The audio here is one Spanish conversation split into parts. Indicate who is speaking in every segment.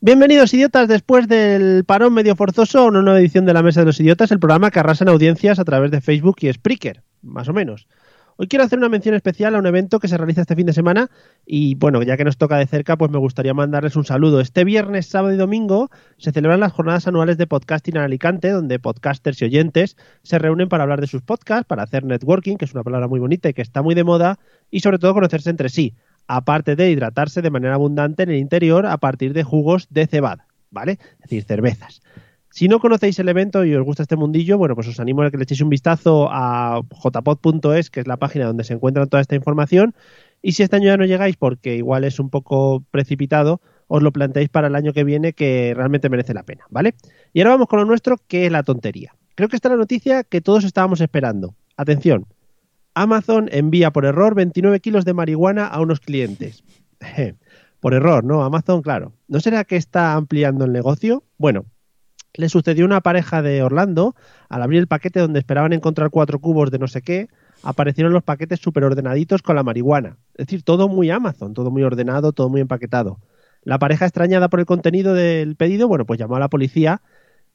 Speaker 1: Bienvenidos idiotas, después del parón medio forzoso a una nueva edición de la Mesa de los Idiotas, el programa que arrasa en audiencias a través de Facebook y Spreaker, más o menos. Hoy quiero hacer una mención especial a un evento que se realiza este fin de semana y bueno, ya que nos toca de cerca, pues me gustaría mandarles un saludo. Este viernes, sábado y domingo se celebran las jornadas anuales de podcasting en Alicante, donde podcasters y oyentes se reúnen para hablar de sus podcasts, para hacer networking, que es una palabra muy bonita y que está muy de moda, y sobre todo conocerse entre sí, aparte de hidratarse de manera abundante en el interior a partir de jugos de cebada, ¿vale? Es decir, cervezas. Si no conocéis el evento y os gusta este mundillo, bueno, pues os animo a que le echéis un vistazo a jpod.es, que es la página donde se encuentra toda esta información. Y si este año ya no llegáis, porque igual es un poco precipitado, os lo planteáis para el año que viene, que realmente merece la pena, ¿vale? Y ahora vamos con lo nuestro, que es la tontería. Creo que está la noticia que todos estábamos esperando. Atención, Amazon envía por error 29 kilos de marihuana a unos clientes. por error, ¿no? Amazon, claro. ¿No será que está ampliando el negocio? Bueno, le sucedió a una pareja de Orlando, al abrir el paquete donde esperaban encontrar cuatro cubos de no sé qué, aparecieron los paquetes súper ordenaditos con la marihuana. Es decir, todo muy Amazon, todo muy ordenado, todo muy empaquetado. La pareja extrañada por el contenido del pedido, bueno, pues llamó a la policía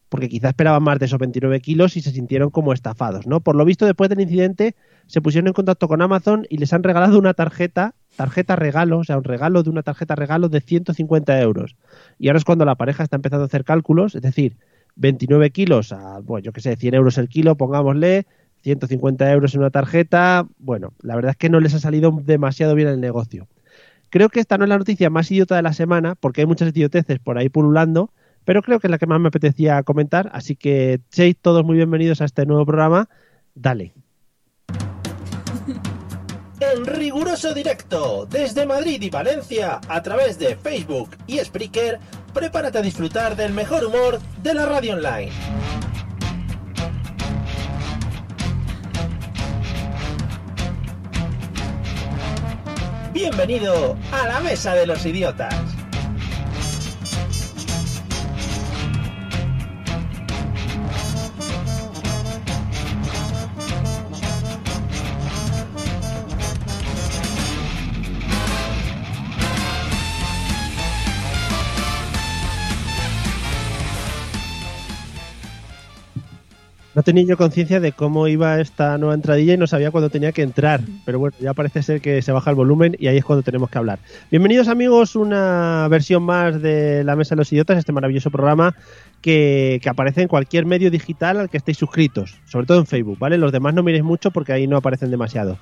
Speaker 1: porque quizá esperaban más de esos 29 kilos y se sintieron como estafados, ¿no? Por lo visto, después del incidente, se pusieron en contacto con Amazon y les han regalado una tarjeta, tarjeta regalo, o sea, un regalo de una tarjeta regalo de 150 euros. Y ahora es cuando la pareja está empezando a hacer cálculos, es decir, 29 kilos a, bueno, yo qué sé, 100 euros el kilo, pongámosle, 150 euros en una tarjeta, bueno, la verdad es que no les ha salido demasiado bien el negocio. Creo que esta no es la noticia más idiota de la semana, porque hay muchas idioteces por ahí pululando, pero creo que es la que más me apetecía comentar. Así que seis todos muy bienvenidos a este nuevo programa. Dale.
Speaker 2: En riguroso directo, desde Madrid y Valencia, a través de Facebook y Spreaker, prepárate a disfrutar del mejor humor de la radio online. Bienvenido a la Mesa de los Idiotas.
Speaker 1: No tenía yo conciencia de cómo iba esta nueva entradilla y no sabía cuándo tenía que entrar. Pero bueno, ya parece ser que se baja el volumen y ahí es cuando tenemos que hablar. Bienvenidos amigos, una versión más de La Mesa de los Idiotas, este maravilloso programa que, que aparece en cualquier medio digital al que estéis suscritos, sobre todo en Facebook, ¿vale? Los demás no miréis mucho porque ahí no aparecen demasiado.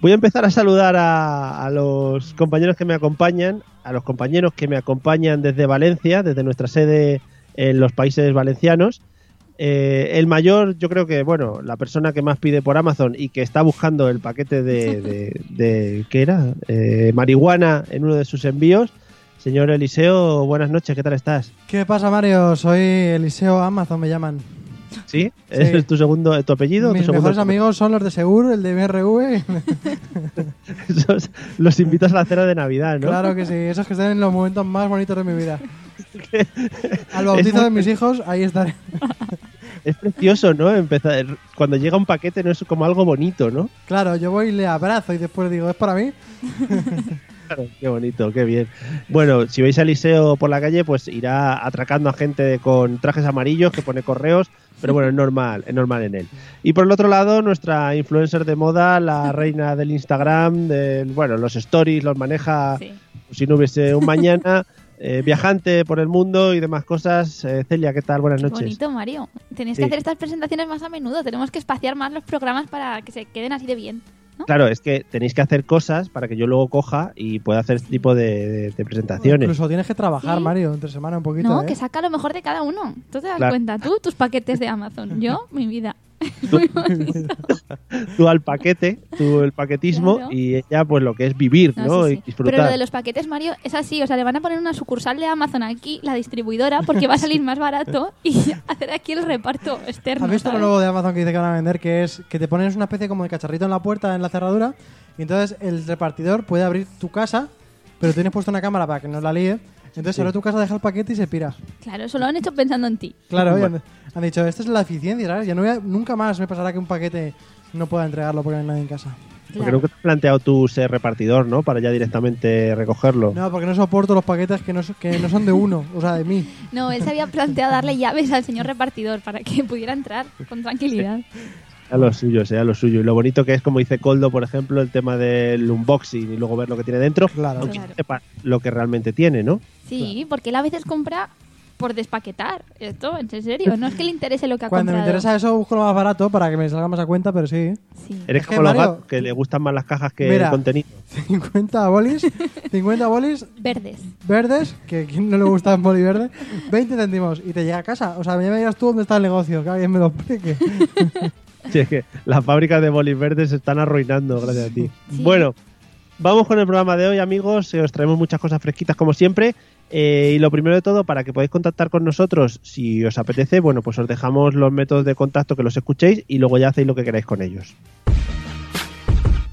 Speaker 1: Voy a empezar a saludar a, a los compañeros que me acompañan, a los compañeros que me acompañan desde Valencia, desde nuestra sede en los Países Valencianos. Eh, el mayor, yo creo que, bueno, la persona que más pide por Amazon y que está buscando el paquete de, de, de- ¿qué era? Eh, marihuana en uno de sus envíos. Señor Eliseo, buenas noches, ¿qué tal estás?
Speaker 3: ¿Qué pasa, Mario? Soy Eliseo Amazon, me llaman.
Speaker 1: ¿Sí? ¿Ese es tu segundo, tu apellido? tu
Speaker 3: Mis
Speaker 1: segundo-
Speaker 3: mejores amigos son los de Segur, el de BRV.
Speaker 1: Esos- los invitas a la cena de Navidad, ¿no?
Speaker 3: Claro que sí, esos que están en los momentos más bonitos de mi vida. Al bautizo
Speaker 1: muy-
Speaker 3: de mis hijos, ahí estaré.
Speaker 1: Es precioso, ¿no? Empezar, cuando llega un paquete no es como algo bonito, ¿no?
Speaker 3: Claro, yo voy y le abrazo y después digo, ¿es para mí?
Speaker 1: Claro, Qué bonito, qué bien. Bueno, si veis a Eliseo por la calle, pues irá atracando a gente con trajes amarillos que pone correos, pero bueno, es normal, es normal en él. Y por el otro lado, nuestra influencer de moda, la reina del Instagram, del, bueno, los stories los maneja
Speaker 4: Sí.
Speaker 1: si no hubiese un mañana, eh, viajante por el mundo y demás cosas. Eh, Celia, ¿qué tal? Buenas
Speaker 4: Qué
Speaker 1: noches.
Speaker 4: bonito, Mario. Tenéis
Speaker 1: Sí.
Speaker 4: que hacer estas presentaciones más a menudo. Tenemos que espaciar más los programas para que se queden así de bien.
Speaker 1: Claro, es que tenéis que hacer cosas para que yo luego coja y pueda hacer este tipo de, de- de presentaciones.
Speaker 3: Incluso tienes que trabajar,
Speaker 4: Sí.
Speaker 3: Mario, entre semana un poquito.
Speaker 4: No,
Speaker 3: ¿eh?
Speaker 4: que saca lo mejor de cada uno. Tú te das
Speaker 1: Claro.
Speaker 4: cuenta, tú, tus paquetes de Amazon. Yo, mi vida.
Speaker 1: tú al paquete, tú el paquetismo
Speaker 4: Claro.
Speaker 1: y ella pues lo que es vivir, ¿no?
Speaker 4: No, sí,
Speaker 1: Y
Speaker 4: sí.
Speaker 1: disfrutar.
Speaker 4: Pero lo de los paquetes, Mario, es así. O sea, le van a poner una sucursal de Amazon aquí, la distribuidora, porque va a salir más barato y hacer aquí el reparto externo.
Speaker 3: ¿Has visto lo
Speaker 4: ¿sabes?
Speaker 3: nuevo de Amazon que dice que van a vender? Que es que te pones una especie como de cacharrito en la puerta, en la cerradura, y entonces el repartidor puede abrir tu casa, pero tienes puesto una cámara para que no la líe. Entonces abre tu casa, deja el paquete y se pira.
Speaker 4: Claro, eso lo han hecho pensando en ti.
Speaker 3: Claro, y
Speaker 1: Bueno.
Speaker 3: han, han dicho, esta es la eficiencia, ¿sabes? Ya no voy a- nunca más me pasará que un paquete no pueda entregarlo porque no hay nadie en casa.
Speaker 1: Porque
Speaker 4: Claro.
Speaker 1: nunca te has planteado tú ser repartidor, ¿no? Para ya directamente recogerlo.
Speaker 3: No, porque no soporto los paquetes que no, so- que no son de uno, o sea, de mí.
Speaker 4: No, él se había planteado darle llaves al señor repartidor para que pudiera entrar con tranquilidad.
Speaker 1: Sea lo suyo, sea lo suyo. Y lo bonito que es, como dice Coldo, por ejemplo, el tema del unboxing y luego ver lo que tiene dentro,
Speaker 3: Claro.
Speaker 1: aunque
Speaker 4: Claro.
Speaker 1: no sepa lo que realmente tiene, ¿no?
Speaker 4: Sí, porque él a veces compra por despaquetar. Esto, en serio. No es que le interese lo que ha
Speaker 3: Cuando me
Speaker 4: comprado.
Speaker 3: interesa eso, busco lo más barato para que me salga más a cuenta, pero sí. ¿eh?
Speaker 4: Sí.
Speaker 1: Eres
Speaker 3: Es que,
Speaker 1: como los
Speaker 3: Mario,
Speaker 1: gatos, que le gustan más las cajas que
Speaker 3: mira.
Speaker 1: el contenido.
Speaker 3: 50 bolis, 50 bolis
Speaker 4: Verdes.
Speaker 3: verdes, que a quien no le gusta el boli verde, 20 céntimos y te llega a casa. O sea, ya me dirás tú dónde está el negocio, que alguien me lo explique.
Speaker 1: Sí, es que las fábricas de bolis verdes se están arruinando gracias a ti.
Speaker 4: Sí.
Speaker 1: Bueno, vamos con el programa de hoy, amigos. Eh, Os traemos muchas cosas fresquitas como siempre. Eh, y lo primero de todo, para que podáis contactar con nosotros, si os apetece, bueno, pues os dejamos los métodos de contacto que los escuchéis y luego ya hacéis lo que queráis con ellos.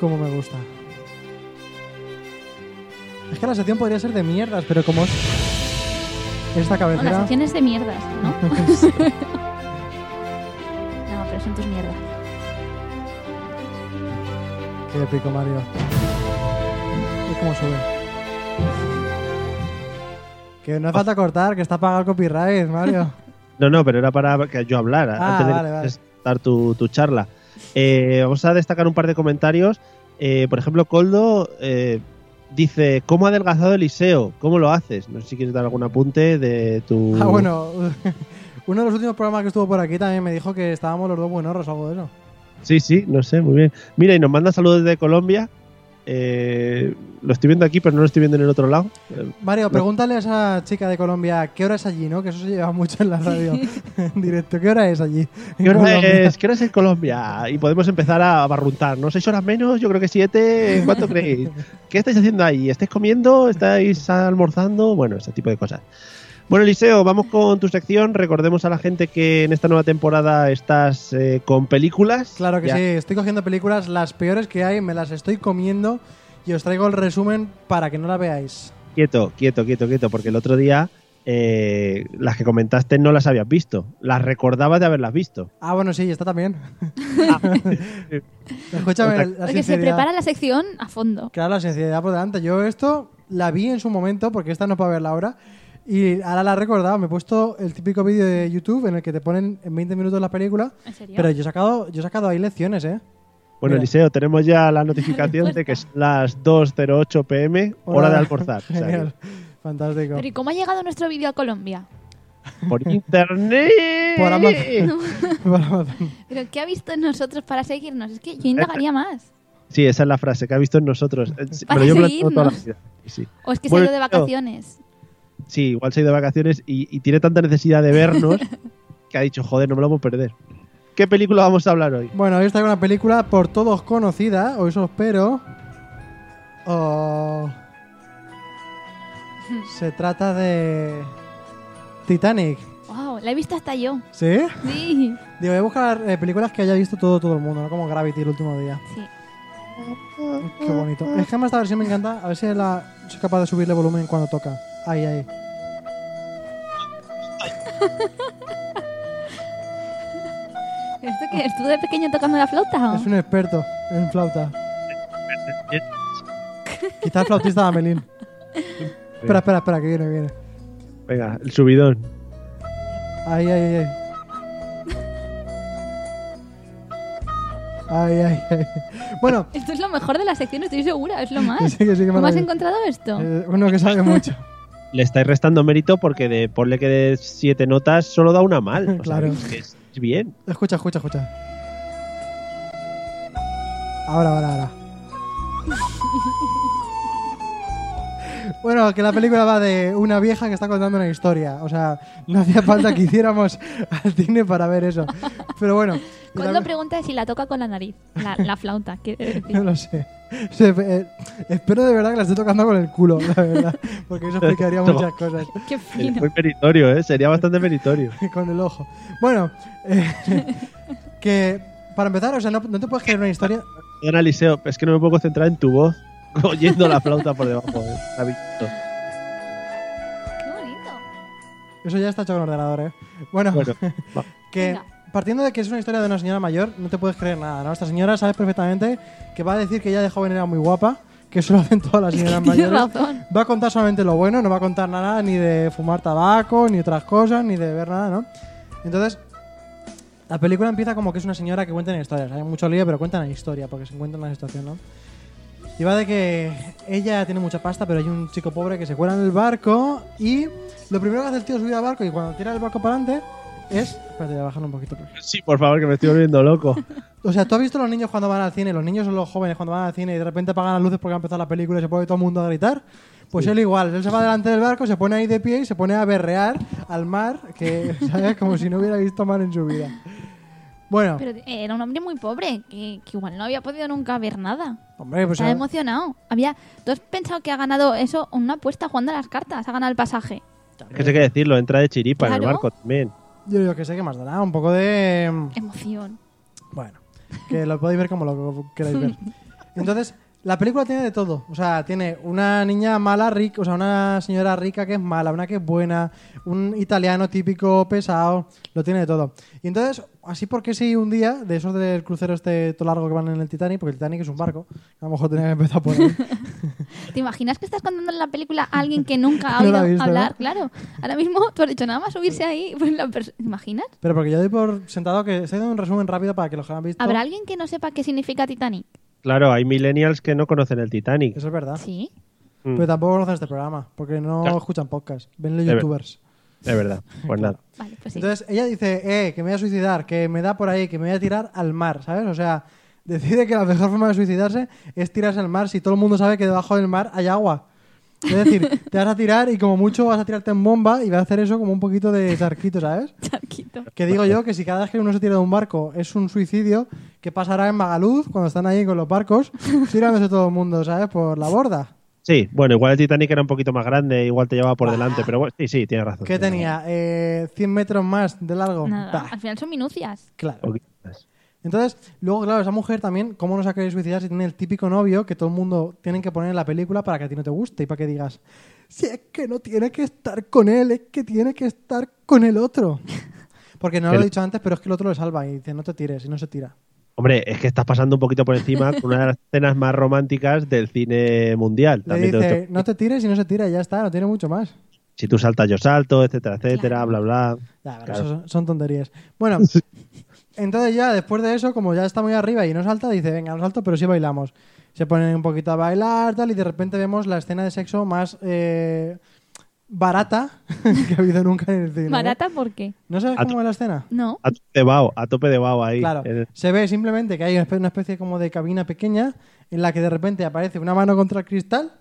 Speaker 3: Como me gusta. Es que la sección podría ser de mierdas, pero como es esta
Speaker 4: No, las
Speaker 3: cabecera...
Speaker 4: acciones de mierdas, ¿no? no, pero son tus mierdas.
Speaker 3: ¡Qué épico, Mario! Es como sube. Que no hace falta cortar, que está pagado el copyright, Mario.
Speaker 1: No, no, pero era para que yo hablara,
Speaker 3: Ah,
Speaker 1: antes de
Speaker 3: vale, vale.
Speaker 1: dar tu, tu charla. Eh, vamos a destacar un par de comentarios. Eh, por ejemplo, Coldo eh, dice, ¿cómo ha adelgazado Eliseo? ¿Cómo lo haces? No sé si quieres dar algún apunte de tu...
Speaker 3: Ah, bueno. Uno de los últimos programas que estuvo por aquí también me dijo que estábamos los dos buenorros o algo de eso.
Speaker 1: Sí, sí, no sé, muy bien. Mira, y nos manda saludos de Colombia. Eh, lo estoy viendo aquí, pero no lo estoy viendo en el otro lado. Eh,
Speaker 3: Mario,
Speaker 1: No.
Speaker 3: pregúntale a esa chica de Colombia qué hora es allí, ¿no? Que eso se lleva mucho en la radio en directo. ¿Qué hora es allí?
Speaker 1: ¿Qué hora
Speaker 3: Colombia?
Speaker 1: es? ¿Qué hora es en Colombia? Y podemos empezar a barruntar, ¿no? ¿Seis horas menos? Yo creo que siete. ¿Cuánto creéis? ¿Qué estáis haciendo ahí? ¿Estáis comiendo? ¿Estáis almorzando? Bueno, ese tipo de cosas. Bueno, Eliseo, vamos con tu sección. Recordemos a la gente que en esta nueva temporada estás eh, con películas.
Speaker 3: Claro que
Speaker 1: Ya.
Speaker 3: sí, estoy cogiendo películas, las peores que hay, me las estoy comiendo y os traigo el resumen para que no la veáis.
Speaker 1: Quieto, quieto, quieto, quieto, porque el otro día eh, las que comentaste no las habías visto. Las recordabas de haberlas visto.
Speaker 3: Ah, bueno, sí, está también.
Speaker 1: Ah,
Speaker 3: Escúchame, la, la
Speaker 4: Porque se
Speaker 3: sinceridad.
Speaker 4: prepara la sección a fondo.
Speaker 3: Claro, la sinceridad por delante. Yo esto la vi en su momento, porque esta no es para verla ahora. Y ahora la he recordado. Me he puesto el típico vídeo de YouTube en el que te ponen en 20 minutos la película.
Speaker 4: ¿En serio?
Speaker 3: Pero yo he sacado, yo he sacado ahí lecciones, ¿eh?
Speaker 1: bueno,
Speaker 3: Mira.
Speaker 1: Eliseo, tenemos ya la notificación de que es las 2.08 pm, hora de almorzar. O sea que
Speaker 3: Genial. Fantástico.
Speaker 4: Pero ¿y cómo ha llegado nuestro vídeo a Colombia?
Speaker 1: por internet.
Speaker 3: Por Amazon. Por Amazon.
Speaker 4: ¿Pero qué ha visto en nosotros para seguirnos? Es que yo indagaría más.
Speaker 1: Sí, esa es la frase que ha visto en nosotros. Eh, sí,
Speaker 4: Para
Speaker 1: pero yo me la tengo toda la
Speaker 4: seguirnos.
Speaker 1: vida. Sí.
Speaker 4: O es que
Speaker 1: Bueno,
Speaker 3: Pues
Speaker 4: se ha ido de
Speaker 1: claro.
Speaker 4: vacaciones.
Speaker 1: Sí, igual se ha ido de vacaciones y, y tiene tanta necesidad de vernos que ha dicho, joder, no me lo puedo perder. ¿Qué película vamos a hablar hoy?
Speaker 3: Bueno, hoy os traigo una película por todos conocida, o eso espero. Oh. Se trata de. Titanic.
Speaker 4: Wow, la he visto hasta yo.
Speaker 3: ¿Sí?
Speaker 4: Sí,
Speaker 3: Digo, voy a buscar eh, películas que haya visto todo, todo el mundo, ¿no? Como Gravity el último día.
Speaker 4: sí.
Speaker 3: Qué bonito. Es que además esta versión me encanta. A ver si la... soy capaz de subirle volumen cuando toca. Ahí, ahí.
Speaker 4: ¿Esto que estuve de pequeño tocando la flauta? o?
Speaker 3: Es un experto en flauta. Quizás el flautista de Amelín. Espera, espera, espera, que viene, viene.
Speaker 1: Venga, el subidón.
Speaker 3: Ahí, ahí, ahí. Ay, ay, ay. Bueno,
Speaker 4: Esto es lo mejor de la sección, estoy segura, es lo
Speaker 3: que
Speaker 4: más.
Speaker 3: sí, que sí, que
Speaker 4: ¿Cómo has
Speaker 3: maravilla.
Speaker 4: encontrado esto?
Speaker 3: Eh, uno que sabe mucho.
Speaker 1: Le estáis restando mérito porque de ponle que de siete notas solo da una mal. O sea,
Speaker 3: Claro.
Speaker 1: que es bien.
Speaker 3: Escucha, escucha, escucha. Ahora, ahora, ahora. Bueno, que la película va de una vieja que está contando una historia. O sea, no hacía falta que hiciéramos al cine para ver eso. Pero bueno. y la-
Speaker 4: Cuando pregunta si la toca con la nariz, la, la flauta, quiero
Speaker 3: No
Speaker 4: decir.
Speaker 3: lo sé. O sea, eh, espero de verdad que la esté tocando con el culo, la verdad. Porque eso explicaría
Speaker 1: Toma.
Speaker 3: muchas cosas.
Speaker 4: Qué
Speaker 1: Es
Speaker 4: fino.
Speaker 1: muy meritorio, ¿eh? Sería bastante meritorio.
Speaker 3: con el ojo. Bueno, eh, que para empezar, o sea, no, no te puedes creer una historia.
Speaker 1: Perdona, Eliseo, es que no me puedo concentrar en tu voz oyendo la flauta por debajo. ¿eh? Está visto.
Speaker 4: Qué bonito.
Speaker 3: Eso ya está hecho con ordenador, ¿eh? Bueno,
Speaker 1: Bueno,
Speaker 3: que
Speaker 4: Venga.
Speaker 3: partiendo de que es una historia de una señora mayor, no te puedes creer nada, ¿no? Esta señora sabe perfectamente que va a decir que ella de joven era muy guapa, que eso lo hacen todas las señoras
Speaker 4: Tienes
Speaker 3: mayores.
Speaker 4: razón.
Speaker 3: Va a contar solamente lo bueno, no va a contar nada ni de fumar tabaco, ni otras cosas, ni de ver nada, ¿no? Entonces, la película empieza como que es una señora que cuenta historias. Hay mucho lío, pero cuentan la historia porque se encuentran en la situación, ¿no? Y va de que ella tiene mucha pasta, pero hay un chico pobre que se cuela en el barco y lo primero que hace el tío es subir al barco y cuando tira el barco para adelante es... Espérate, voy a bajarlo un poquito. porque-
Speaker 1: sí, por favor, que me estoy volviendo loco.
Speaker 3: o sea, ¿tú has visto los niños cuando van al cine? Los niños son los jóvenes cuando van al cine y de repente apagan las luces porque ha empezado la película y se pone todo el mundo a gritar. Pues él igual, él se va delante del barco, se pone ahí de pie y se pone a berrear al mar, que, ¿sabes? Como si no hubiera visto mar en su vida. Bueno,
Speaker 4: Pero eh, era un hombre muy pobre, que, que igual no había podido nunca ver nada.
Speaker 3: hombre, pues
Speaker 4: Estaba
Speaker 3: a-
Speaker 4: emocionado. Había, ¿Tú has pensado que ha ganado eso una apuesta jugando a las cartas? Ha ganado el pasaje.
Speaker 1: Es que sé qué decirlo, entra de chiripa en el
Speaker 4: Claro.
Speaker 1: barco también.
Speaker 3: yo digo que sé que más dará, un poco de...
Speaker 4: Emoción.
Speaker 3: Bueno, que lo podéis ver como lo queráis ver. Entonces, la película tiene de todo. O sea, tiene una niña mala, rica, o sea, una señora rica que es mala, una que es buena, un italiano típico pesado, lo tiene de todo. Y entonces, así porque sí, un día, de esos del crucero este todo largo que van en el Titanic, porque el Titanic es un barco, a lo mejor tenía que empezar por ahí.
Speaker 4: ¿Te imaginas que estás contando en la película a alguien que nunca ha
Speaker 3: No
Speaker 4: oído
Speaker 3: la ha visto,
Speaker 4: hablar?
Speaker 3: ¿no?
Speaker 4: Claro. Ahora mismo tú has dicho nada más subirse ahí. Pues la pers- ¿Te imaginas?
Speaker 3: Pero porque yo doy por sentado que estoy dando un resumen rápido para que los que lo han visto.
Speaker 4: ¿Habrá alguien que no sepa qué significa Titanic?
Speaker 1: Claro, hay millennials que no conocen el Titanic.
Speaker 3: Eso es verdad.
Speaker 4: Sí.
Speaker 1: Mm,
Speaker 3: Pero tampoco conocen este programa, porque no
Speaker 1: Claro.
Speaker 3: escuchan podcast, ven los
Speaker 1: Es verdad.
Speaker 3: youtubers.
Speaker 1: de verdad, pues nada.
Speaker 4: Vale, pues sí.
Speaker 3: Entonces ella dice, eh, que me voy a suicidar, que me da por ahí, que me voy a tirar al mar, ¿sabes? O sea, decide que la mejor forma de suicidarse es tirarse al mar si todo el mundo sabe que debajo del mar hay agua. Es decir, te vas a tirar y como mucho vas a tirarte en bomba y vas a hacer eso como un poquito de charquito, ¿sabes?
Speaker 4: Charquito.
Speaker 3: Que digo yo que si cada vez que uno se tira de un barco es un suicidio, ¿qué pasará en Magaluz cuando están ahí con los barcos tirándose todo el mundo, ¿sabes? Por la borda.
Speaker 1: Sí, bueno, igual el Titanic era un poquito más grande, igual te llevaba por delante, pero bueno, sí, sí, tienes razón.
Speaker 3: ¿Qué tenía? Eh, ¿100 metros más de largo?
Speaker 4: Nada.
Speaker 3: Bah,
Speaker 4: Al final son minucias.
Speaker 3: claro.
Speaker 1: Un poquito más.
Speaker 3: Entonces, luego, claro, esa mujer también, ¿cómo no se ha querido suicidar si tiene el típico novio que todo el mundo tiene que poner en la película para que a ti no te guste y para que digas, si es que no tiene que estar con él, es que tiene que estar con el otro? Porque no lo he
Speaker 1: El-
Speaker 3: dicho antes, pero es que el otro lo salva y dice, no te tires y no se tira.
Speaker 1: Hombre, es que estás pasando un poquito por encima con una de las escenas más románticas del cine mundial.
Speaker 3: Le
Speaker 1: También te lo tengo
Speaker 3: dice, no te tires y no se tira y ya está, no tiene mucho más.
Speaker 1: si tú saltas yo salto, etcétera, etcétera,
Speaker 4: Claro.
Speaker 1: bla, bla.
Speaker 3: Ya, pero
Speaker 1: Claro.
Speaker 3: eso son, son tonterías. Bueno, entonces ya después de eso, como ya está muy arriba y no salta, dice, venga, no salto, pero sí bailamos. Se ponen un poquito a bailar, tal, y de repente vemos la escena de sexo más eh, barata que ha habido nunca en el cine. ¿no?
Speaker 4: ¿Barata por qué?
Speaker 3: ¿No sabes
Speaker 1: A
Speaker 3: cómo es la escena?
Speaker 4: No.
Speaker 1: A tope de vaho, a tope de vaho ahí.
Speaker 3: Claro,
Speaker 1: Eh,
Speaker 3: se ve simplemente que hay una espe- una especie como de cabina pequeña en la que de repente aparece una mano contra el cristal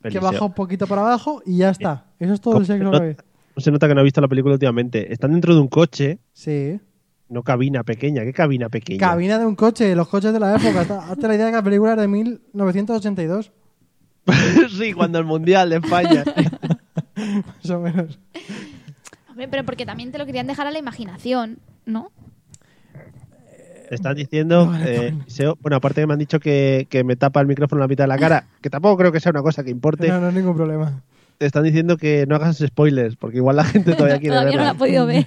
Speaker 3: que
Speaker 1: Eliseo.
Speaker 3: baja un poquito para abajo y ya está. Eso es todo el
Speaker 1: Eh, ¿Cómo se
Speaker 3: sexo que
Speaker 1: nota?
Speaker 3: hay.
Speaker 1: No se nota que no ha visto la película últimamente. Están dentro de un coche,
Speaker 3: Sí.
Speaker 1: no cabina pequeña. ¿Qué cabina pequeña?
Speaker 3: Cabina de un coche, los coches de la época. Hasta- Hazte la idea que la película es de 1982,
Speaker 1: sí, cuando el Mundial de España.
Speaker 3: más o menos.
Speaker 4: Hombre, pero porque también te lo querían dejar a la imaginación, ¿no?
Speaker 1: Te están diciendo, eh, Eliseo- bueno, aparte que me han dicho que, que me tapa el micrófono en la mitad de la cara, que tampoco creo que sea una cosa que importe,
Speaker 3: No, no es ningún problema.
Speaker 1: te están diciendo que no hagas spoilers, porque igual la gente todavía quiere
Speaker 4: Todavía no la
Speaker 1: verla.
Speaker 4: ha podido ver.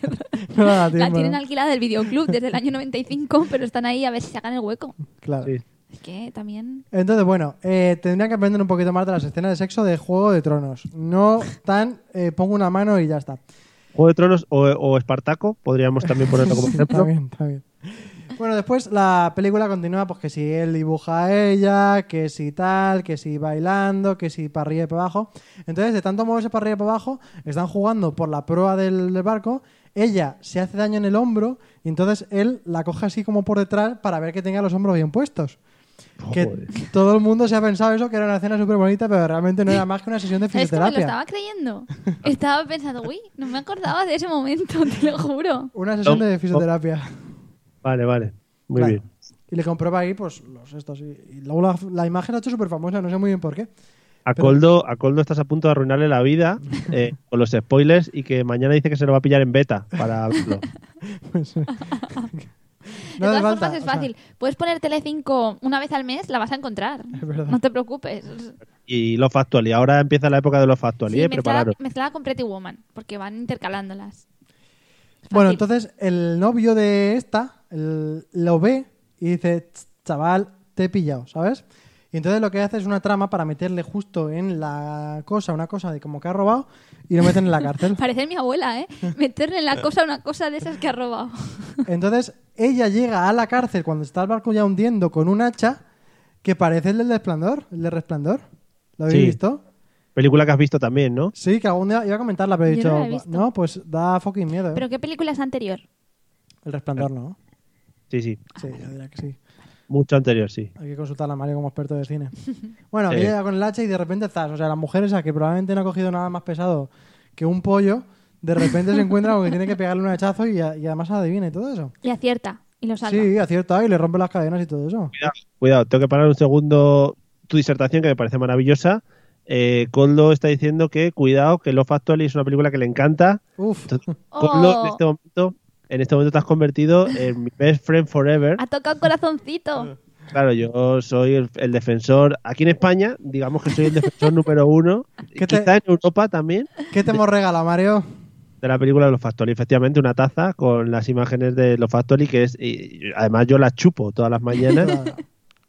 Speaker 3: No le da
Speaker 4: la
Speaker 3: tiempo,
Speaker 4: tienen
Speaker 3: ¿no?
Speaker 4: alquilada del videoclub desde el año 95, pero están ahí a ver si sacan el hueco.
Speaker 3: Claro.
Speaker 1: Sí.
Speaker 4: Es que también...
Speaker 3: Entonces, bueno, eh, tendría que aprender un poquito más de las escenas de sexo de Juego de Tronos. No tan eh, pongo una mano y ya está.
Speaker 1: Juego de Tronos o, o Espartaco, podríamos también ponerlo como
Speaker 3: Está
Speaker 1: ejemplo.
Speaker 3: bien, está bien. Bueno, después la película continúa, pues que si él dibuja a ella, que si tal, que si bailando, que si para arriba y para abajo. Entonces, de tanto moverse para arriba y para abajo, están jugando por la proa del, del barco. Ella se hace daño en el hombro y entonces él la coge así como por detrás para ver que tenga los hombros bien puestos. Que
Speaker 1: Joder.
Speaker 3: todo el mundo se ha pensado eso, que era una escena súper bonita, pero realmente no era más que una sesión de
Speaker 4: ¿Sabes que me lo
Speaker 3: fisioterapia.
Speaker 4: estaba creyendo? Estaba pensando, uy, no me acordaba de ese momento, te lo juro.
Speaker 3: Una sesión
Speaker 1: No.
Speaker 3: de fisioterapia.
Speaker 1: Vale, vale. Muy
Speaker 3: Claro.
Speaker 1: bien.
Speaker 3: Y le comprueba ahí, pues, los estos. Y, y luego la, la imagen la ha hecho súper famosa, no sé muy bien por qué.
Speaker 1: A Coldo, a Coldo estás a punto de arruinarle la vida eh, con los spoilers y que mañana dice que se lo va a pillar en beta para verlo.
Speaker 3: No
Speaker 4: de
Speaker 3: hace
Speaker 4: todas
Speaker 3: falta.
Speaker 4: formas es
Speaker 3: o sea,
Speaker 4: fácil. Puedes poner Telecinco una vez al mes, la vas a encontrar.
Speaker 3: Es verdad.
Speaker 4: No te preocupes.
Speaker 1: Y lo factual. Y ahora empieza la época de lo factual.
Speaker 4: Sí,
Speaker 1: y eh,
Speaker 4: mezclada,
Speaker 1: prepararos.
Speaker 4: mezclada con Pretty Woman, porque van intercalándolas. Es
Speaker 3: Bueno,
Speaker 4: fácil.
Speaker 3: entonces el novio de esta el- lo ve y dice, "Ch- chaval, te he pillado, ¿sabes? Y entonces lo que hace es una trama para meterle justo en la cosa, una cosa de como que ha robado, y lo meten en la cárcel.
Speaker 4: Parece mi abuela, ¿eh? Meterle en la cosa una cosa de esas que ha robado.
Speaker 3: Entonces ella llega a la cárcel cuando está el barco ya hundiendo con un hacha que parece el del resplandor, el del resplandor. ¿Lo habéis
Speaker 1: Sí.
Speaker 3: visto?
Speaker 1: Película que has visto también, ¿no?
Speaker 3: Sí, que algún día iba a comentarla, pero he
Speaker 4: Yo
Speaker 3: dicho,
Speaker 4: no la he
Speaker 3: "Buah,
Speaker 4: visto".
Speaker 3: no, pues da fucking miedo. ¿eh?
Speaker 4: ¿Pero qué película es anterior?
Speaker 3: El resplandor no.
Speaker 1: Sí, sí.
Speaker 3: Sí, yo diría que sí.
Speaker 1: Mucho anterior, sí.
Speaker 3: Hay que consultar a Mario como experto de cine. Bueno,
Speaker 1: Sí.
Speaker 3: que llega con el hacha y de repente estás. O sea, la mujer esa que probablemente no ha cogido nada más pesado que un pollo, de repente se encuentra con que tiene que pegarle un hachazo y, a- y además adivina y todo eso.
Speaker 4: Y acierta, y lo salva.
Speaker 3: Sí, acierta y le rompe las cadenas y todo eso.
Speaker 1: Cuidado, cuidado, tengo que parar un segundo tu disertación que me parece maravillosa. Eh, Coldo está diciendo que cuidado, que Love Actually es una película que le encanta.
Speaker 3: Uf,
Speaker 1: Entonces,
Speaker 4: Oh.
Speaker 1: Coldo, en este momento, en este momento te has convertido en mi best friend forever.
Speaker 4: Ha tocado corazoncito.
Speaker 1: Claro, yo soy el, el defensor. Aquí en España, digamos que soy el defensor número uno.
Speaker 3: ¿Qué
Speaker 1: Quizás
Speaker 3: te-
Speaker 1: en Europa también.
Speaker 3: ¿qué te hemos regalado, Mario?
Speaker 1: de la película de los Factory. Efectivamente, una taza con las imágenes de los Factory, que es. y- y además, yo la chupo todas las mañanas.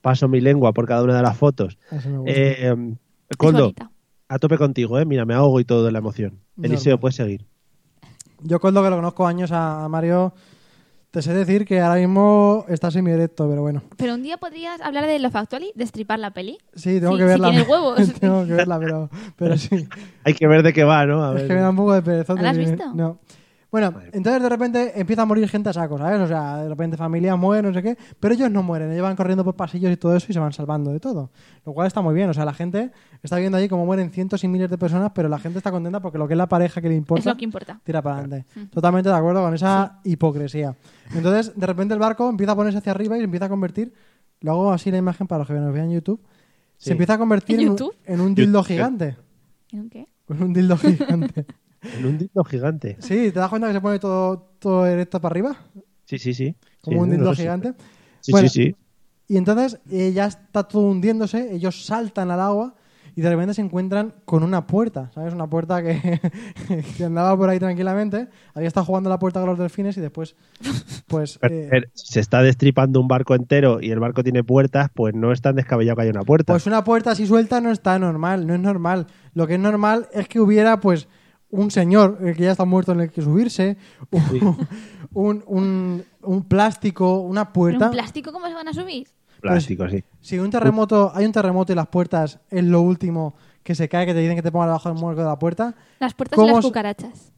Speaker 1: paso mi lengua por cada una de las fotos.
Speaker 3: Eso me gusta.
Speaker 1: Eh,
Speaker 4: es
Speaker 1: Coldo,
Speaker 4: bonita.
Speaker 1: a tope contigo, ¿eh? Mira, me ahogo y todo de la emoción.
Speaker 3: Normal.
Speaker 1: Eliseo, puedes seguir.
Speaker 3: Yo con lo que lo conozco años a, a Mario, te sé decir que ahora mismo está semi-erecto, pero bueno.
Speaker 4: Pero un día podrías hablar de lo factual y destripar la peli.
Speaker 3: Sí, tengo
Speaker 4: Sí,
Speaker 3: que
Speaker 4: si
Speaker 3: verla.
Speaker 4: tienes huevos.
Speaker 3: tengo que verla, pero, pero sí.
Speaker 1: Hay que ver de qué va, ¿no? A
Speaker 3: Es que me
Speaker 1: ver.
Speaker 3: da un poco de perezote.
Speaker 4: ¿No la has
Speaker 3: sí.
Speaker 4: visto?
Speaker 3: No. Bueno, entonces de repente empieza a morir gente a saco, ¿sabes? O sea, de repente familias mueren, no sé qué, pero ellos no mueren, ellos van corriendo por pasillos y todo eso y se van salvando de todo. Lo cual está muy bien, o sea, la gente está viendo allí cómo mueren cientos y miles de personas, pero la gente está contenta porque lo que es la pareja que le importa
Speaker 4: Es lo que importa.
Speaker 3: tira para adelante. Totalmente de acuerdo con esa hipocresía. Entonces, de repente el barco empieza a ponerse hacia arriba y se empieza a convertir, lo hago así la imagen para los que nos vean en YouTube, se
Speaker 1: Sí.
Speaker 3: empieza a convertir
Speaker 4: ¿En
Speaker 3: en, un-
Speaker 4: YouTube?
Speaker 3: en un dildo
Speaker 1: YouTube.
Speaker 3: gigante.
Speaker 4: ¿Y un qué?
Speaker 3: En un dildo gigante.
Speaker 1: En un dildo gigante.
Speaker 3: Sí, ¿te das cuenta que se pone todo, todo erecto para arriba?
Speaker 1: Sí, sí, sí.
Speaker 3: Como
Speaker 1: Sí,
Speaker 3: un
Speaker 1: no
Speaker 3: dildo
Speaker 1: sé.
Speaker 3: gigante.
Speaker 1: Sí,
Speaker 3: Bueno,
Speaker 1: sí, sí.
Speaker 3: Y entonces eh, ya está todo hundiéndose, ellos saltan al agua y de repente se encuentran con una puerta, ¿sabes? Una puerta que, que andaba por ahí tranquilamente, había estado jugando a la puerta con los delfines y después, pues...
Speaker 1: Pero,
Speaker 3: eh,
Speaker 1: pero, si se está destripando un barco entero y el barco tiene puertas, pues no es tan descabellado que haya una puerta.
Speaker 3: Pues una puerta así suelta no está normal, no es normal. Lo que es normal es que hubiera, pues, un señor eh, que ya está muerto en el que subirse, un, un, un- un plástico, una
Speaker 4: ¿Pero
Speaker 3: puerta.
Speaker 4: un plástico cómo se van a subir?
Speaker 3: pues
Speaker 1: Plástico, sí.
Speaker 3: Si un terremoto, hay un terremoto y las puertas es lo último que se cae, que te dicen que te pongan debajo del muerco de la puerta.
Speaker 4: Las puertas y
Speaker 3: ¿Cómo
Speaker 4: las
Speaker 3: se-
Speaker 4: cucarachas.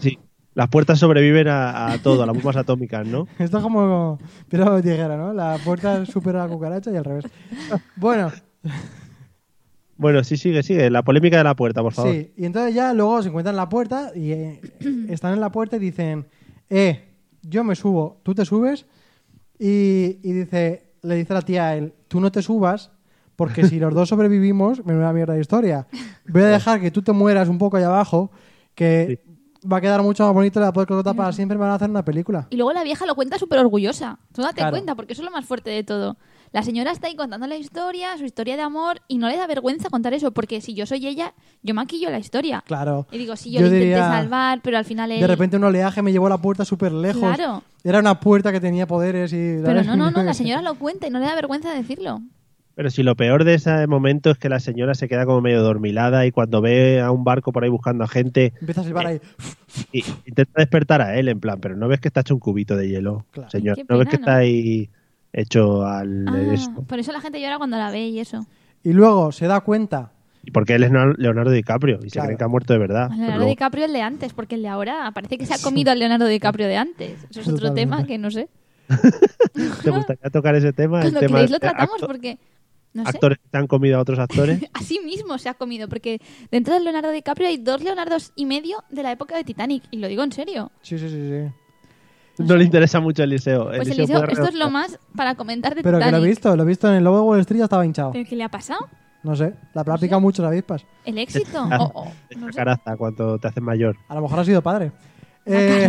Speaker 1: Sí. Las puertas sobreviven a, a todo, a las bombas atómicas, ¿no?
Speaker 3: Esto es como piedra de tijera, ¿no? La puerta supera a la cucaracha y al revés. Bueno,
Speaker 1: Bueno, sí, sigue, sigue. La polémica de la puerta, por favor.
Speaker 3: Sí, y entonces ya luego se encuentran en la puerta y eh, están en la puerta y dicen, eh, yo me subo, tú te subes. Y, y dice, le dice la tía a él, tú no te subas porque si los dos sobrevivimos, me una mierda de historia. Voy a dejar que tú te mueras un poco allá abajo, que va a quedar mucho más bonito la película para siempre, me van a hacer una película.
Speaker 4: Y luego la vieja lo cuenta súper orgullosa. Tú date
Speaker 3: Claro.
Speaker 4: cuenta, porque eso es lo más fuerte de todo. La señora está ahí contando la historia, su historia de amor, y no le da vergüenza contar eso, porque si yo soy ella, yo maquillo la historia.
Speaker 3: Claro.
Speaker 4: Y digo, sí, yo,
Speaker 3: Yo
Speaker 4: le intenté
Speaker 3: diría-
Speaker 4: salvar, pero al final él...
Speaker 3: De repente un oleaje me llevó a la puerta súper lejos.
Speaker 4: Claro.
Speaker 3: Era una puerta que tenía poderes y...
Speaker 4: Pero no, no, no, la señora lo cuenta y no le da vergüenza decirlo.
Speaker 1: Pero si lo peor de ese momento es que la señora se queda como medio dormilada y cuando ve a un barco por ahí buscando a gente,
Speaker 3: Empieza a silbar ahí.
Speaker 1: Y intenta despertar a él, en plan, pero no ves que está hecho un cubito de hielo,
Speaker 3: Claro.
Speaker 1: señor.
Speaker 4: Qué
Speaker 1: no ves
Speaker 4: pena,
Speaker 1: que
Speaker 4: ¿no?
Speaker 1: está ahí hecho al
Speaker 4: Ah,
Speaker 1: esto.
Speaker 4: por eso la gente llora cuando la ve y eso.
Speaker 1: Ah,
Speaker 3: Y luego se da cuenta.
Speaker 1: Y porque él es Leonardo- Leonardo DiCaprio y se
Speaker 3: Claro.
Speaker 1: cree que ha muerto de verdad. pero
Speaker 4: Leonardo
Speaker 1: luego-
Speaker 4: DiCaprio el de antes, porque el de ahora parece que se ha comido al Leonardo DiCaprio de antes. Eso es otro
Speaker 3: Totalmente.
Speaker 4: tema que no sé.
Speaker 1: ¿Te gustaría tocar ese tema?
Speaker 4: Cuando
Speaker 1: el tema
Speaker 4: queréis lo
Speaker 1: de
Speaker 4: tratamos
Speaker 1: acto-
Speaker 4: porque no sé.
Speaker 1: Actores que han comido a otros actores.
Speaker 4: Así mismo se ha comido porque dentro del Leonardo DiCaprio hay dos Leonardos y medio de la época de Titanic y lo digo en serio.
Speaker 3: Sí, sí, sí, sí.
Speaker 1: No le interesa mucho el liceo.
Speaker 4: Pues Eliseo,
Speaker 1: puede
Speaker 4: esto es lo
Speaker 1: remontar.
Speaker 4: más para comentar de
Speaker 3: Pero que
Speaker 4: Titanic.
Speaker 3: lo he visto, lo he visto en el lobo de Wall Street, ya estaba hinchado.
Speaker 4: ¿Pero qué le ha pasado?
Speaker 3: No sé, la práctica mucho las avispas.
Speaker 4: ¿El éxito? Oh,
Speaker 1: Ah,
Speaker 4: O- o-
Speaker 1: Te
Speaker 4: no
Speaker 1: echa
Speaker 4: sé.
Speaker 1: caraza cuando te haces mayor.
Speaker 3: A lo mejor ha sido padre. Eh,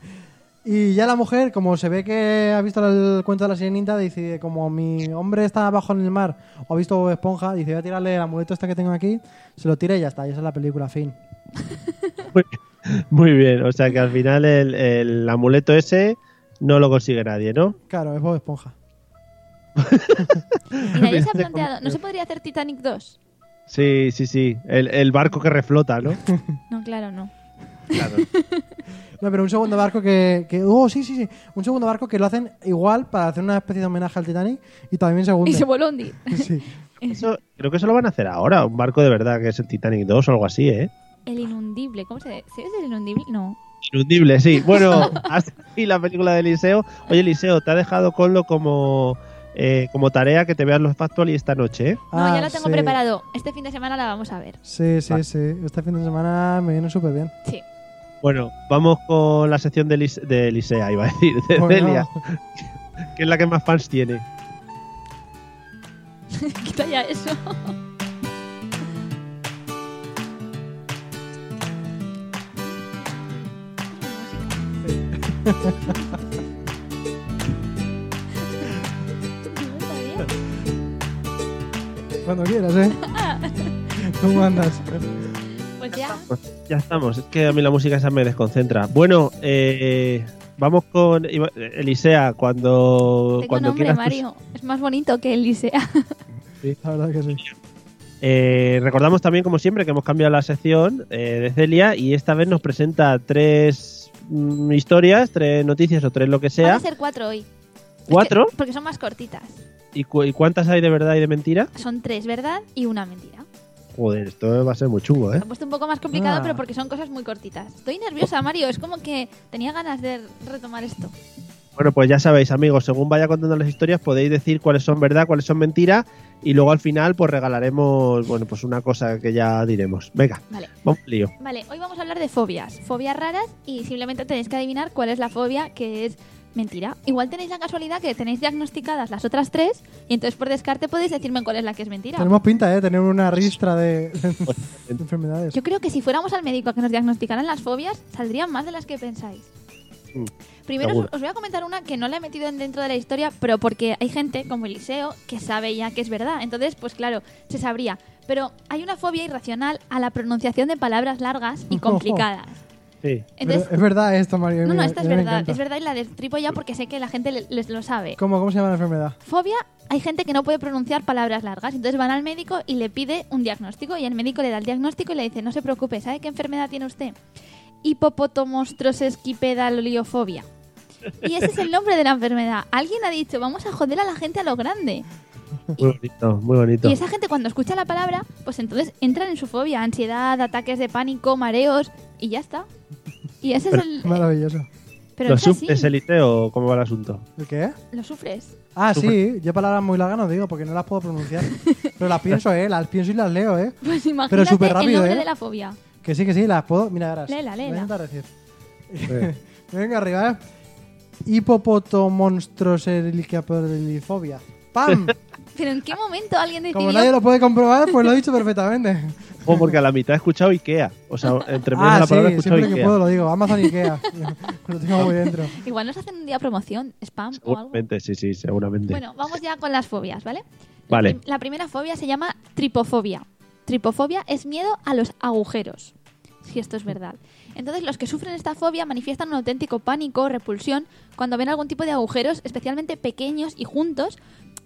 Speaker 3: y ya la mujer, como se ve que ha visto el cuento de la sirenita, dice, como mi hombre está abajo en el mar o ha visto Bob Esponja, dice, voy a tirarle el amuleto este que tengo aquí, se lo tira y ya está, y esa es la película, fin.
Speaker 1: Muy bien, o sea que al final el, el amuleto ese no lo consigue nadie, ¿no?
Speaker 3: Claro, es Bob Esponja.
Speaker 4: Y nadie se ha
Speaker 1: Fíjate cómo-
Speaker 4: planteado, ¿no se podría hacer Titanic 2?
Speaker 1: Sí, sí, sí. El, el barco que reflota, ¿no?
Speaker 4: No, claro, no.
Speaker 1: Claro.
Speaker 3: No, pero un segundo barco que, que- Oh, sí, sí, sí. Un segundo barco que lo hacen igual para hacer una especie de homenaje al Titanic y también se hunde.
Speaker 4: Y se vuelve a hundir.
Speaker 3: Sí.
Speaker 1: Eso, creo que eso lo van a hacer ahora, un barco de verdad que es el Titanic 2 o algo así, ¿eh?
Speaker 4: El inundible, ¿cómo se ¿Se dice el inundible? No.
Speaker 1: Inundible, sí. Bueno, hasta aquí la película de Eliseo. Oye, Eliseo, te ha dejado Conlo como, eh, como tarea que te veas los Factual y esta noche, ¿eh?
Speaker 4: No,
Speaker 3: Ah,
Speaker 4: ya lo tengo
Speaker 3: sí.
Speaker 4: preparado. Este fin de semana la vamos a ver.
Speaker 3: Sí, sí,
Speaker 1: Vale.
Speaker 3: sí. Este fin de semana me viene súper bien.
Speaker 4: Sí.
Speaker 1: Bueno, vamos con la sección de, Elis- de Elisea, iba a decir, de Eh, Celia, que es la que más fans tiene.
Speaker 4: Quita ya eso.
Speaker 3: Cuando quieras, ¿eh? ¿Cómo andas?
Speaker 4: Pues ya.
Speaker 1: Ya estamos, es que a mí la música esa me desconcentra. Bueno, eh, vamos con iba- Elisea, cuando,
Speaker 4: Tengo
Speaker 1: cuando
Speaker 4: nombre,
Speaker 1: quieras. tú-
Speaker 4: Mario. Es más bonito que el Licea.
Speaker 3: La verdad que sí.
Speaker 1: Eh, recordamos también, como siempre, que hemos cambiado la sección eh, de Celia y esta vez nos presenta tres mm, historias, tres noticias o tres lo que
Speaker 4: Van
Speaker 1: sea.
Speaker 4: a ser cuatro hoy.
Speaker 1: ¿Cuatro?
Speaker 4: Porque, porque son más cortitas.
Speaker 1: ¿Y, cu- y cuántas hay de verdad y de mentira?
Speaker 4: Son tres, ¿verdad? Y una mentira.
Speaker 1: Joder, esto va a ser muy chungo, ¿eh?
Speaker 4: Se ha puesto un poco más complicado,
Speaker 3: Ah.
Speaker 4: pero porque son cosas muy cortitas. Estoy nerviosa, Mario. Es como que tenía ganas de retomar esto.
Speaker 1: Bueno, pues ya sabéis, amigos, según vaya contando las historias, podéis decir cuáles son verdad, cuáles son mentira, y luego al final, pues regalaremos, bueno, pues una cosa que ya diremos. Venga,
Speaker 4: Vale.
Speaker 1: vamos al lío.
Speaker 4: Vale, hoy vamos a hablar de fobias. Fobias raras y simplemente tenéis que adivinar cuál es la fobia que es mentira. Igual tenéis la casualidad que tenéis diagnosticadas las otras tres y entonces por descarte podéis decirme cuál es la que es mentira.
Speaker 3: Tenemos pinta, ¿eh? Tener una ristra de, de enfermedades.
Speaker 4: Yo creo que si fuéramos al médico a que nos diagnosticaran las fobias, saldrían más de las que pensáis.
Speaker 1: Mm,
Speaker 4: Primero os,
Speaker 1: seguro.
Speaker 4: os voy a comentar una que no la he metido en- dentro de la historia, pero porque hay gente, como Eliseo, que sabe ya que es verdad. Entonces, pues claro, se sabría. Pero hay una fobia irracional a la pronunciación de palabras largas y complicadas.
Speaker 1: Sí.
Speaker 4: Entonces,
Speaker 3: Pero es verdad esto, Mario.
Speaker 4: No, no,
Speaker 3: mira,
Speaker 4: esta es
Speaker 3: me
Speaker 4: verdad.
Speaker 3: encanta.
Speaker 4: Es verdad y la destripo ya porque sé que la gente le- les lo sabe.
Speaker 3: ¿Cómo, ¿Cómo se llama la enfermedad?
Speaker 4: Fobia, hay gente que no puede pronunciar palabras largas. Entonces van al médico y le pide un diagnóstico y el médico le da el diagnóstico y le dice, no se preocupe, ¿sabe qué enfermedad tiene usted? Hipopotomostrosequipedaliofobia. Y ese es el nombre de la enfermedad. Alguien ha dicho, vamos a joder a la gente a lo grande.
Speaker 1: Muy bonito, muy bonito.
Speaker 4: Y esa gente cuando escucha la palabra, pues entonces entran en su fobia, ansiedad, ataques de pánico, mareos y ya está. Y ese es el...
Speaker 3: Maravilloso.
Speaker 4: Pero
Speaker 1: ¿Lo
Speaker 4: es así,
Speaker 1: sufres, Eliseo, o cómo va el asunto?
Speaker 3: ¿El qué?
Speaker 4: lo sufres.
Speaker 3: Ah, sí. Yo palabras muy largas no digo porque no las puedo pronunciar. Pero las pienso, ¿eh? Las pienso y las leo, ¿eh?
Speaker 4: Pues imagínate
Speaker 3: Pero súper
Speaker 4: el
Speaker 3: rápido,
Speaker 4: nombre
Speaker 3: ¿eh?
Speaker 4: de la fobia.
Speaker 3: Que sí, que sí, las puedo. Mira, verás.
Speaker 4: Léela,
Speaker 3: Voy a
Speaker 4: léela.
Speaker 3: intentar decir.
Speaker 1: Eh,
Speaker 3: Venga, arriba, ¿eh? Hipopotomonstroserilicapodilifobia. ¡Pam!
Speaker 4: Pero ¿en qué momento alguien decidió?
Speaker 3: Como nadie lo puede comprobar, pues lo he dicho perfectamente.
Speaker 1: O porque a la mitad he escuchado Ikea. O sea, entre medio de
Speaker 3: ah,
Speaker 1: la palabra he
Speaker 3: sí,
Speaker 1: escuchado
Speaker 3: siempre que
Speaker 1: Ikea.
Speaker 3: puedo lo digo. Amazon Ikea. lo tengo muy dentro.
Speaker 4: Igual nos hacen un día promoción, spam o algo.
Speaker 1: Seguramente, sí, sí, seguramente.
Speaker 4: Bueno, vamos ya con las fobias, ¿vale?
Speaker 1: Vale.
Speaker 4: La prim- La primera fobia se llama tripofobia. Tripofobia es miedo a los agujeros. Si esto es verdad. Entonces, los que sufren esta fobia manifiestan un auténtico pánico, repulsión, cuando ven algún tipo de agujeros, especialmente pequeños y juntos,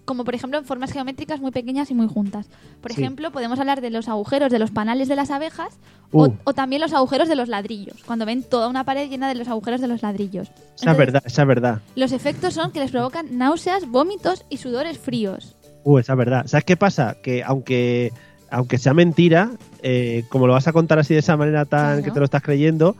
Speaker 4: como por ejemplo en formas geométricas muy pequeñas y muy juntas. Por
Speaker 1: Sí.
Speaker 4: ejemplo, podemos hablar de los agujeros de los panales de las abejas
Speaker 1: Uh.
Speaker 4: o, o también los agujeros de los ladrillos, cuando ven toda una pared llena de los agujeros de los ladrillos.
Speaker 1: Esa es
Speaker 4: Entonces,
Speaker 1: verdad, esa es verdad.
Speaker 4: Los efectos son que les provocan náuseas, vómitos y sudores fríos.
Speaker 1: Uh, esa es verdad. ¿Sabes qué pasa? Que aunque, aunque sea mentira, eh, como lo vas a contar así de esa manera tan
Speaker 4: Claro.
Speaker 1: que te lo estás creyendo,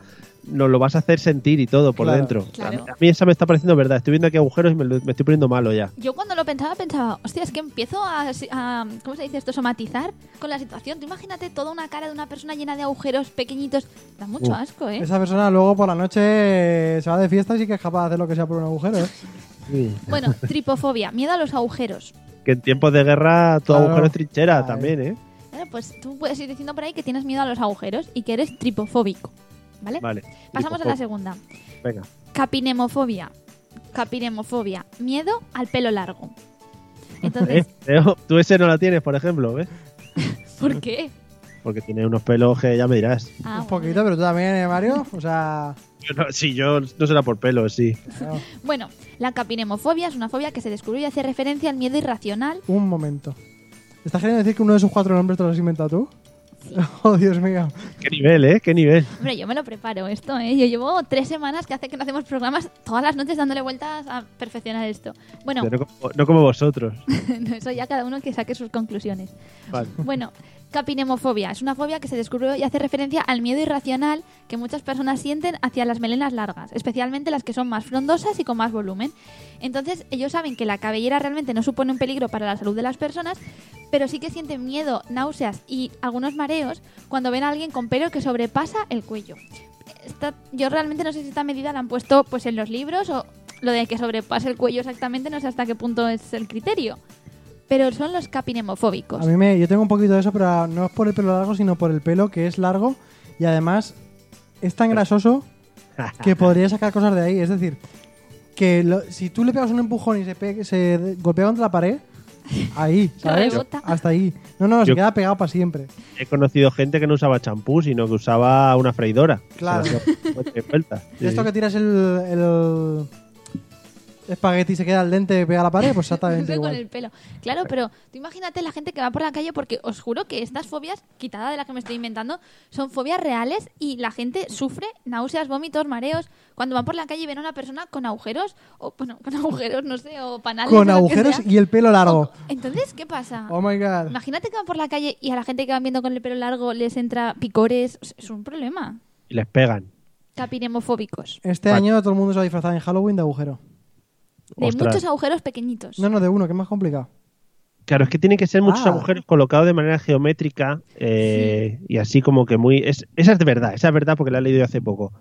Speaker 1: nos lo vas a hacer sentir y todo por
Speaker 3: Claro.
Speaker 1: dentro.
Speaker 4: Claro.
Speaker 1: A, mí, a mí esa me está pareciendo verdad. Estoy viendo aquí agujeros y me, lo- me estoy poniendo malo ya.
Speaker 4: Yo cuando lo pensaba, pensaba, hostia, es que empiezo a, a- ¿cómo se dice esto? Somatizar con la situación. Tú imagínate toda una cara de una persona llena de agujeros pequeñitos. Da mucho
Speaker 1: Uh.
Speaker 4: asco, ¿eh?
Speaker 3: Esa persona luego por la noche eh, se va de fiesta y sí que es capaz de hacer lo que sea por un agujero. ¿eh?
Speaker 4: Bueno, tripofobia, miedo a los agujeros.
Speaker 1: Que en tiempos de guerra todo
Speaker 3: Claro.
Speaker 1: agujero es trinchera
Speaker 3: Ay.
Speaker 1: también, ¿eh?
Speaker 4: Bueno, pues tú puedes ir diciendo por ahí que tienes miedo a los agujeros y que eres tripofóbico. ¿Vale?
Speaker 1: Vale.
Speaker 4: ¿Eh?
Speaker 1: pues,
Speaker 4: Pasamos a la segunda.
Speaker 1: Venga.
Speaker 4: Capinemofobia. Capinemofobia, miedo al pelo largo. Entonces,
Speaker 1: Eh, Teo, tú ese no la tienes, por ejemplo, ¿ves?
Speaker 4: ¿por qué?
Speaker 1: Porque tiene unos pelos que ya me dirás.
Speaker 4: Ah,
Speaker 3: un
Speaker 4: bueno.
Speaker 3: poquito, pero tú también, ¿eh, Mario. O sea,
Speaker 1: Yo no- sí, yo no será por pelos, sí.
Speaker 3: claro,
Speaker 4: Bueno, la capinemofobia es una fobia que se descubrió y hace referencia al miedo irracional.
Speaker 3: un momento. ¿Estás queriendo decir que uno de esos cuatro nombres te los has inventado tú? oh, Dios mío.
Speaker 1: Qué nivel, ¿eh? Qué nivel.
Speaker 4: Hombre, yo me lo preparo esto, ¿eh? Yo llevo tres semanas que hace que no hacemos programas todas las noches dándole vueltas a perfeccionar esto. Bueno,
Speaker 1: Yo No, como, no como vosotros.
Speaker 4: eso ya cada uno que saque sus conclusiones.
Speaker 1: Vale.
Speaker 4: Bueno, capinemofobia es una fobia que se descubrió y hace referencia al miedo irracional que muchas personas sienten hacia las melenas largas, especialmente las que son más frondosas y con más volumen. Entonces, ellos saben que la cabellera realmente no supone un peligro para la salud de las personas, pero sí que sienten miedo, náuseas y algunos mareos cuando ven a alguien con pelo que sobrepasa el cuello. Esta- yo realmente no sé si esta medida la han puesto pues en los libros o lo de que sobrepase el cuello exactamente, no sé hasta qué punto es el criterio. Pero son los capinemofóbicos.
Speaker 3: A mí me, yo tengo un poquito de eso, pero no es por el pelo largo, sino por el pelo que es largo y además es tan grasoso que podría sacar cosas de ahí. Es decir, que lo- si tú le pegas un empujón y se, pe- se de- golpea contra la pared, ahí, ¿sabes?
Speaker 4: rebota.
Speaker 3: Hasta ahí. No, no, se
Speaker 1: Yo-
Speaker 3: queda pegado para siempre.
Speaker 1: He conocido gente que no usaba champú, sino que usaba una freidora.
Speaker 3: Claro.
Speaker 1: Se la hacía vuelta y vuelta. Sí.
Speaker 3: Esto que tiras el, el espagueti y se queda al dente pega a la pared, pues exactamente
Speaker 4: Eso con
Speaker 3: igual.
Speaker 4: el pelo. Claro, pero tú imagínate la gente que va por la calle porque os juro que estas fobias, quitada de las que me estoy inventando, son fobias reales y la gente sufre náuseas, vómitos, mareos cuando van por la calle y ven a una persona con agujeros o bueno, con agujeros, no sé, o panales o
Speaker 3: Con
Speaker 4: lo que
Speaker 3: agujeros
Speaker 4: sea.
Speaker 3: y el pelo largo.
Speaker 4: O- Entonces, ¿qué pasa?
Speaker 3: Oh my god.
Speaker 4: Imagínate que van por la calle y a la gente que van viendo con el pelo largo les entra picores, es- es un problema.
Speaker 1: Y les pegan.
Speaker 4: Capiremofóbicos.
Speaker 3: Este
Speaker 1: Vale.
Speaker 3: año todo el mundo se va a disfrazar en Halloween de agujero.
Speaker 4: De
Speaker 1: Ostras.
Speaker 4: muchos agujeros pequeñitos.
Speaker 3: No, no, de uno, que es más complicado.
Speaker 1: Claro, es que tienen que ser muchos
Speaker 3: Ah.
Speaker 1: agujeros colocados de manera geométrica eh, y así como que muy... es- esa es de verdad, esa es verdad porque la he leído yo hace poco.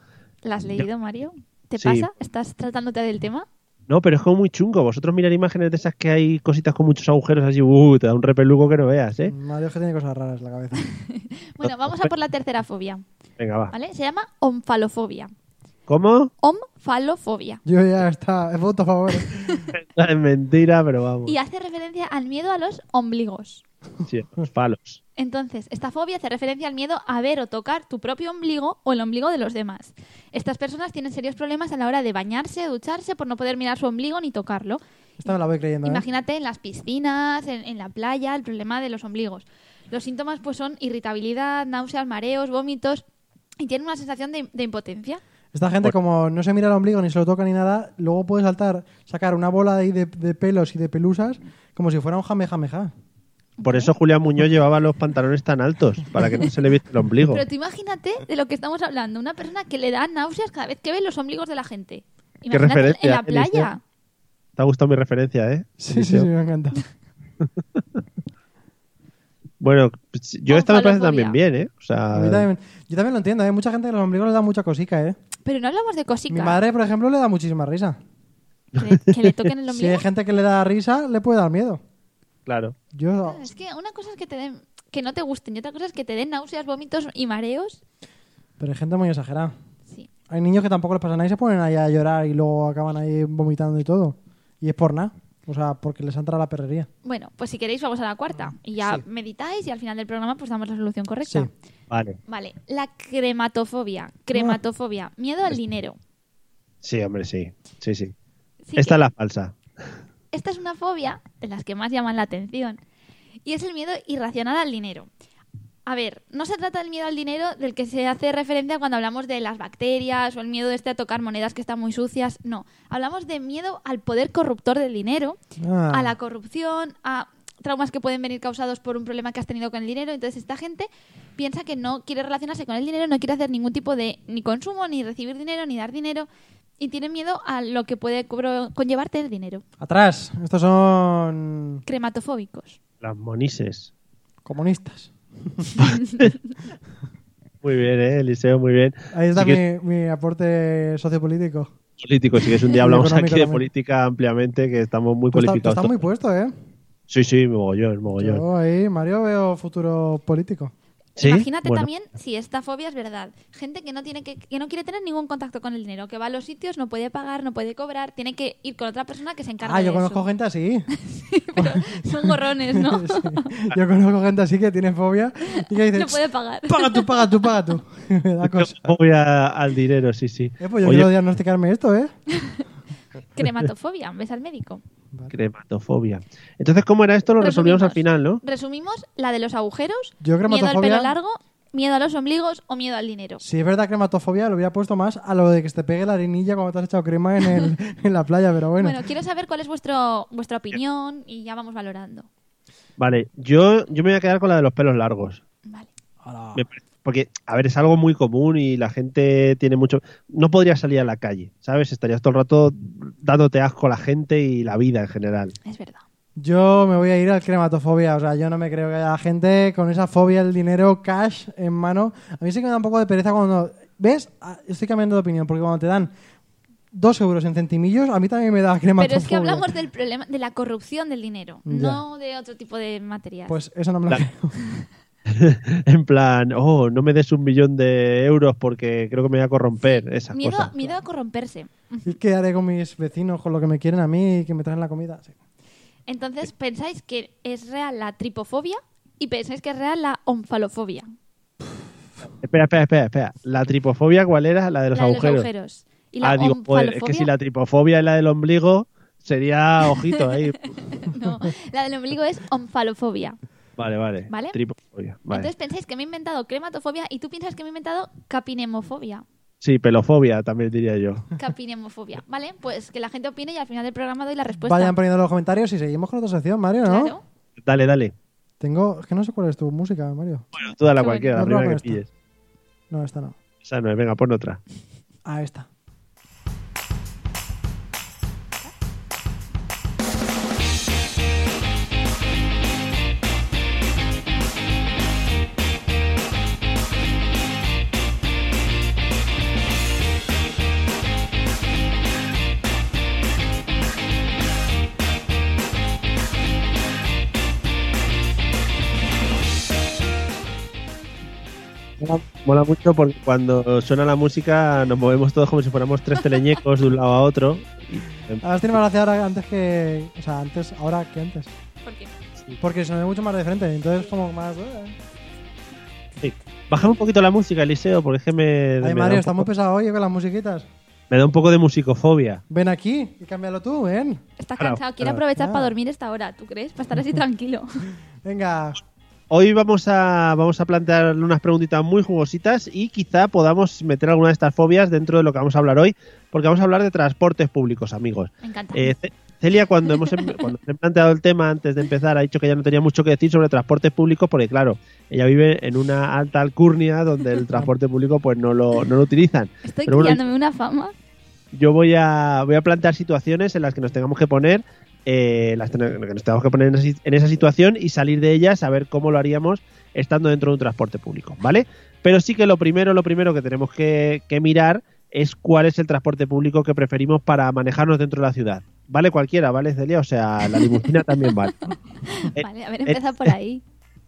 Speaker 4: ¿La has leído, Mario? ¿Te
Speaker 1: Sí.
Speaker 4: pasa? ¿Estás tratándote del tema?
Speaker 1: No, pero es como muy chungo. Vosotros mirar imágenes de esas que hay cositas con muchos agujeros así, uh, te da un repeluco que no veas, ¿eh?
Speaker 3: Mario es que tiene cosas raras en la cabeza.
Speaker 4: Bueno, vamos a por la tercera fobia,
Speaker 1: Venga, va.
Speaker 4: ¿vale? Se llama omfalofobia.
Speaker 1: ¿Cómo?
Speaker 4: Omfalofobia.
Speaker 3: Yo ya está, es voto a favor.
Speaker 1: Es mentira, pero vamos.
Speaker 4: Y hace referencia al miedo a los ombligos.
Speaker 1: Sí, los palos.
Speaker 4: Entonces, esta fobia hace referencia al miedo a ver o tocar tu propio ombligo o el ombligo de los demás. Estas personas tienen serios problemas a la hora de bañarse, ducharse, por no poder mirar su ombligo ni tocarlo.
Speaker 3: Esta me la voy creyendo, ¿eh?
Speaker 4: Imagínate en las piscinas, en, en la playa, el problema de los ombligos. Los síntomas pues son irritabilidad, náuseas, mareos, vómitos y tienen una sensación de- de impotencia.
Speaker 3: Esta gente, como no se mira el ombligo, ni se lo toca ni nada, luego puede saltar, sacar una bola de, ahí de, de pelos y de pelusas, como si fuera un jamejameja.
Speaker 1: Por eso Julián Muñoz llevaba los pantalones tan altos, para que no se le viese el ombligo.
Speaker 4: Pero tú imagínate de lo que estamos hablando. Una persona que le da náuseas cada vez que ve los ombligos de la gente. Imagínate en- en
Speaker 1: referencia,
Speaker 4: la playa.
Speaker 1: Te ha gustado mi referencia, ¿eh?
Speaker 3: Sí, sí, sí, me encanta.
Speaker 1: Bueno, pues, yo esta me parece también bien, ¿eh? O
Speaker 3: A mí
Speaker 1: sea,
Speaker 3: también- yo también lo entiendo, ¿eh? Mucha gente que los ombligos le da mucha cosica, ¿eh?
Speaker 4: Pero no hablamos de cosica.
Speaker 3: Mi madre, por ejemplo, le da muchísima risa.
Speaker 4: Que le, que le toquen el
Speaker 3: Si hay
Speaker 4: ombligo.
Speaker 3: gente que le da risa, le puede dar miedo.
Speaker 1: claro.
Speaker 3: Yo,
Speaker 4: Es que una cosa es que te den que no te gusten y otra cosa es que te den náuseas, vómitos y mareos.
Speaker 3: pero hay gente muy exagerada.
Speaker 4: Sí.
Speaker 3: Hay niños que tampoco les pasa nada y se ponen ahí a llorar y luego acaban ahí vomitando y todo. Y es por nada. O sea, porque les ha entrado la perrería.
Speaker 4: Bueno, pues si queréis vamos a la cuarta. Y ya meditáis y al final del programa pues damos la solución correcta.
Speaker 3: Sí.
Speaker 1: Vale.
Speaker 4: Vale, la crematofobia. Crematofobia. Miedo al dinero.
Speaker 1: Sí, hombre, sí. Sí, sí. esta
Speaker 4: Sí eh. que-
Speaker 1: es la falsa.
Speaker 4: Esta es una fobia de las que más llaman la atención y es el miedo irracional al dinero. A ver, no se trata del miedo al dinero del que se hace referencia cuando hablamos de las bacterias o el miedo este a tocar monedas que están muy sucias, no. Hablamos de miedo al poder corruptor del dinero,
Speaker 3: Ah.
Speaker 4: a la corrupción, a traumas que pueden venir causados por un problema que has tenido con el dinero. Entonces esta gente piensa que no quiere relacionarse con el dinero, no quiere hacer ningún tipo de ni consumo, ni recibir dinero, ni dar dinero. Y tiene miedo a lo que puede cobro- conllevarte el dinero.
Speaker 3: Atrás. Estos son
Speaker 4: Crematofóbicos.
Speaker 1: Las monises.
Speaker 3: comunistas.
Speaker 1: Muy bien, ¿eh, Eliseo, muy bien.
Speaker 3: Ahí está
Speaker 1: Sí que
Speaker 3: mi, mi aporte sociopolítico.
Speaker 1: es político, sí que es un día hablamos aquí
Speaker 3: Económico
Speaker 1: de
Speaker 3: también.
Speaker 1: política ampliamente, que estamos muy
Speaker 3: Pues está,
Speaker 1: cualificados.
Speaker 3: está muy
Speaker 1: todos.
Speaker 3: puesto, ¿eh?
Speaker 1: Sí, sí, mogollón, mogollón.
Speaker 3: Yo ahí, Mario, veo futuro político.
Speaker 1: ¿Sí?
Speaker 4: Imagínate
Speaker 1: Bueno,
Speaker 4: también si esta fobia es verdad. Gente que no tiene que, que no quiere tener ningún contacto con el dinero, que va a los sitios, no puede pagar, no puede cobrar, tiene que ir con otra persona que se encargue
Speaker 3: Ah, yo
Speaker 4: de
Speaker 3: conozco
Speaker 4: eso.
Speaker 3: gente así.
Speaker 4: Son gorrones, ¿no?
Speaker 3: Sí. Yo conozco gente así que tiene fobia y que dice,
Speaker 4: no puede pagar.
Speaker 3: paga tú, paga tú, paga tú. Me da cosa.
Speaker 1: voy a- al dinero, sí, sí.
Speaker 3: Eh, pues yo
Speaker 1: Oye,
Speaker 3: quiero diagnosticarme esto, ¿eh?
Speaker 4: Crematofobia, ves al médico.
Speaker 1: crematofobia. Entonces, ¿cómo era esto? Lo resolvíamos al final, ¿no?
Speaker 4: Resumimos la de los agujeros,
Speaker 3: Yo
Speaker 4: miedo al
Speaker 3: crematofobia-
Speaker 4: pelo largo, miedo a los ombligos o miedo al dinero.
Speaker 3: Si es verdad crematofobia, lo hubiera puesto más a lo de que se te pegue la arenilla cuando te has echado crema en, el, en la playa, pero bueno.
Speaker 4: Bueno. quiero saber cuál es vuestro vuestra opinión y ya vamos valorando.
Speaker 1: Vale, yo, yo me voy a quedar con la de los pelos largos.
Speaker 4: Vale.
Speaker 3: Ahora,
Speaker 1: Me parece- Porque, a ver, es algo muy común y la gente tiene mucho... No podrías salir a la calle, ¿sabes? Estarías todo el rato dándote asco a la gente y la vida en general.
Speaker 4: Es verdad.
Speaker 3: Yo me voy a ir al crematofobia, o sea, yo no me creo que haya gente con esa fobia del dinero cash en mano. A mí sí que me da un poco de pereza cuando... ¿Ves? Ah, Estoy cambiando de opinión, porque cuando te dan dos euros en centimillos, a mí también me da crematofobia.
Speaker 4: Pero es que hablamos del problema de la corrupción del dinero,
Speaker 3: Ya.
Speaker 4: no de otro tipo de material.
Speaker 3: Pues eso no me lo
Speaker 1: Claro.
Speaker 3: creo.
Speaker 1: En plan, oh, no me des un millón de euros porque creo que me voy a corromper, esas
Speaker 4: miedo,
Speaker 1: cosas.
Speaker 4: miedo a corromperse.
Speaker 3: ¿Y qué haré con mis vecinos, con lo que me quieren a mí y que me traen la comida? Sí.
Speaker 4: Entonces, ¿pensáis que es real la tripofobia? Y pensáis que es real la onfalofobia,
Speaker 1: Espera, espera, espera, espera. ¿La tripofobia cuál era? La de los
Speaker 4: la de los
Speaker 1: agujeros.
Speaker 4: agujeros. Y la
Speaker 1: ah, digo, joder, es
Speaker 4: onfalofobia-
Speaker 1: que si la tripofobia es la del ombligo, sería ojito ahí.
Speaker 4: no, la del ombligo es onfalofobia.
Speaker 1: vale, vale.
Speaker 4: ¿Vale?
Speaker 1: Tripofobia. Vale.
Speaker 4: Entonces pensáis que me he inventado crematofobia y tú piensas que me he inventado capinemofobia.
Speaker 1: Sí, pelofobia también diría yo.
Speaker 4: Capinemofobia, ¿vale? Pues que la gente opine y al final del programa doy la respuesta.
Speaker 3: Vayan poniendo en los comentarios y seguimos con otra sección, Mario, ¿no?
Speaker 4: Claro.
Speaker 1: Dale, dale.
Speaker 3: Tengo... Es que no sé cuál es tu música, Mario.
Speaker 1: Bueno, tú dale a
Speaker 4: Qué
Speaker 1: cualquiera, la
Speaker 3: bueno.
Speaker 1: primera que
Speaker 3: Vamos con
Speaker 1: pilles.
Speaker 3: No, esta no.
Speaker 1: Esa no es, venga, pon otra.
Speaker 3: Ah, esta.
Speaker 1: Mola, mola mucho porque cuando suena la música nos movemos todos como si fuéramos tres teleñecos de un lado a otro.
Speaker 3: Ahora tiene más gracia ahora antes que... O sea, antes, ahora que antes.
Speaker 4: ¿Por qué?
Speaker 3: Porque se me ve mucho más de frente, entonces como más... eh.
Speaker 1: Sí. Bájame un poquito la música, Eliseo, porque es que me,
Speaker 3: Ay,
Speaker 1: me
Speaker 3: Mario,
Speaker 1: da
Speaker 3: está
Speaker 1: un
Speaker 3: muy
Speaker 1: poco,
Speaker 3: pesado hoy eh, con las musiquitas.
Speaker 1: me da un poco de musicofobia.
Speaker 3: Ven aquí y cámbialo tú, ven.
Speaker 4: Estás
Speaker 1: Claro,
Speaker 4: cansado, quiere
Speaker 1: claro.
Speaker 4: aprovechar
Speaker 3: Ah.
Speaker 4: para dormir esta hora, ¿tú crees? Para estar así tranquilo.
Speaker 3: Venga,
Speaker 1: Hoy vamos a, vamos a plantear unas preguntitas muy jugositas y quizá podamos meter alguna de estas fobias dentro de lo que vamos a hablar hoy, porque vamos a hablar de transportes públicos, amigos.
Speaker 4: Me encanta.
Speaker 1: Eh, Ce- Celia, cuando hemos em- cuando se ha planteado el tema antes de empezar, ha dicho que ya no tenía mucho que decir sobre transportes públicos, porque claro, ella vive en una alta alcurnia donde el transporte público pues no lo, no lo utilizan.
Speaker 4: Estoy
Speaker 1: pero bueno,
Speaker 4: criándome una fama.
Speaker 1: Yo voy a, voy a plantear situaciones en las que nos tengamos que poner, eh, las ten- que nos tengamos que poner en esa, si- en esa situación y salir de ella, saber cómo lo haríamos estando dentro de un transporte público, ¿vale? Pero sí que lo primero, lo primero que tenemos que, que mirar es cuál es el transporte público que preferimos para manejarnos dentro de la ciudad. Vale cualquiera, ¿vale, Celia? O sea, la limusina también vale. Eh,
Speaker 4: Vale, a ver, empieza por ahí.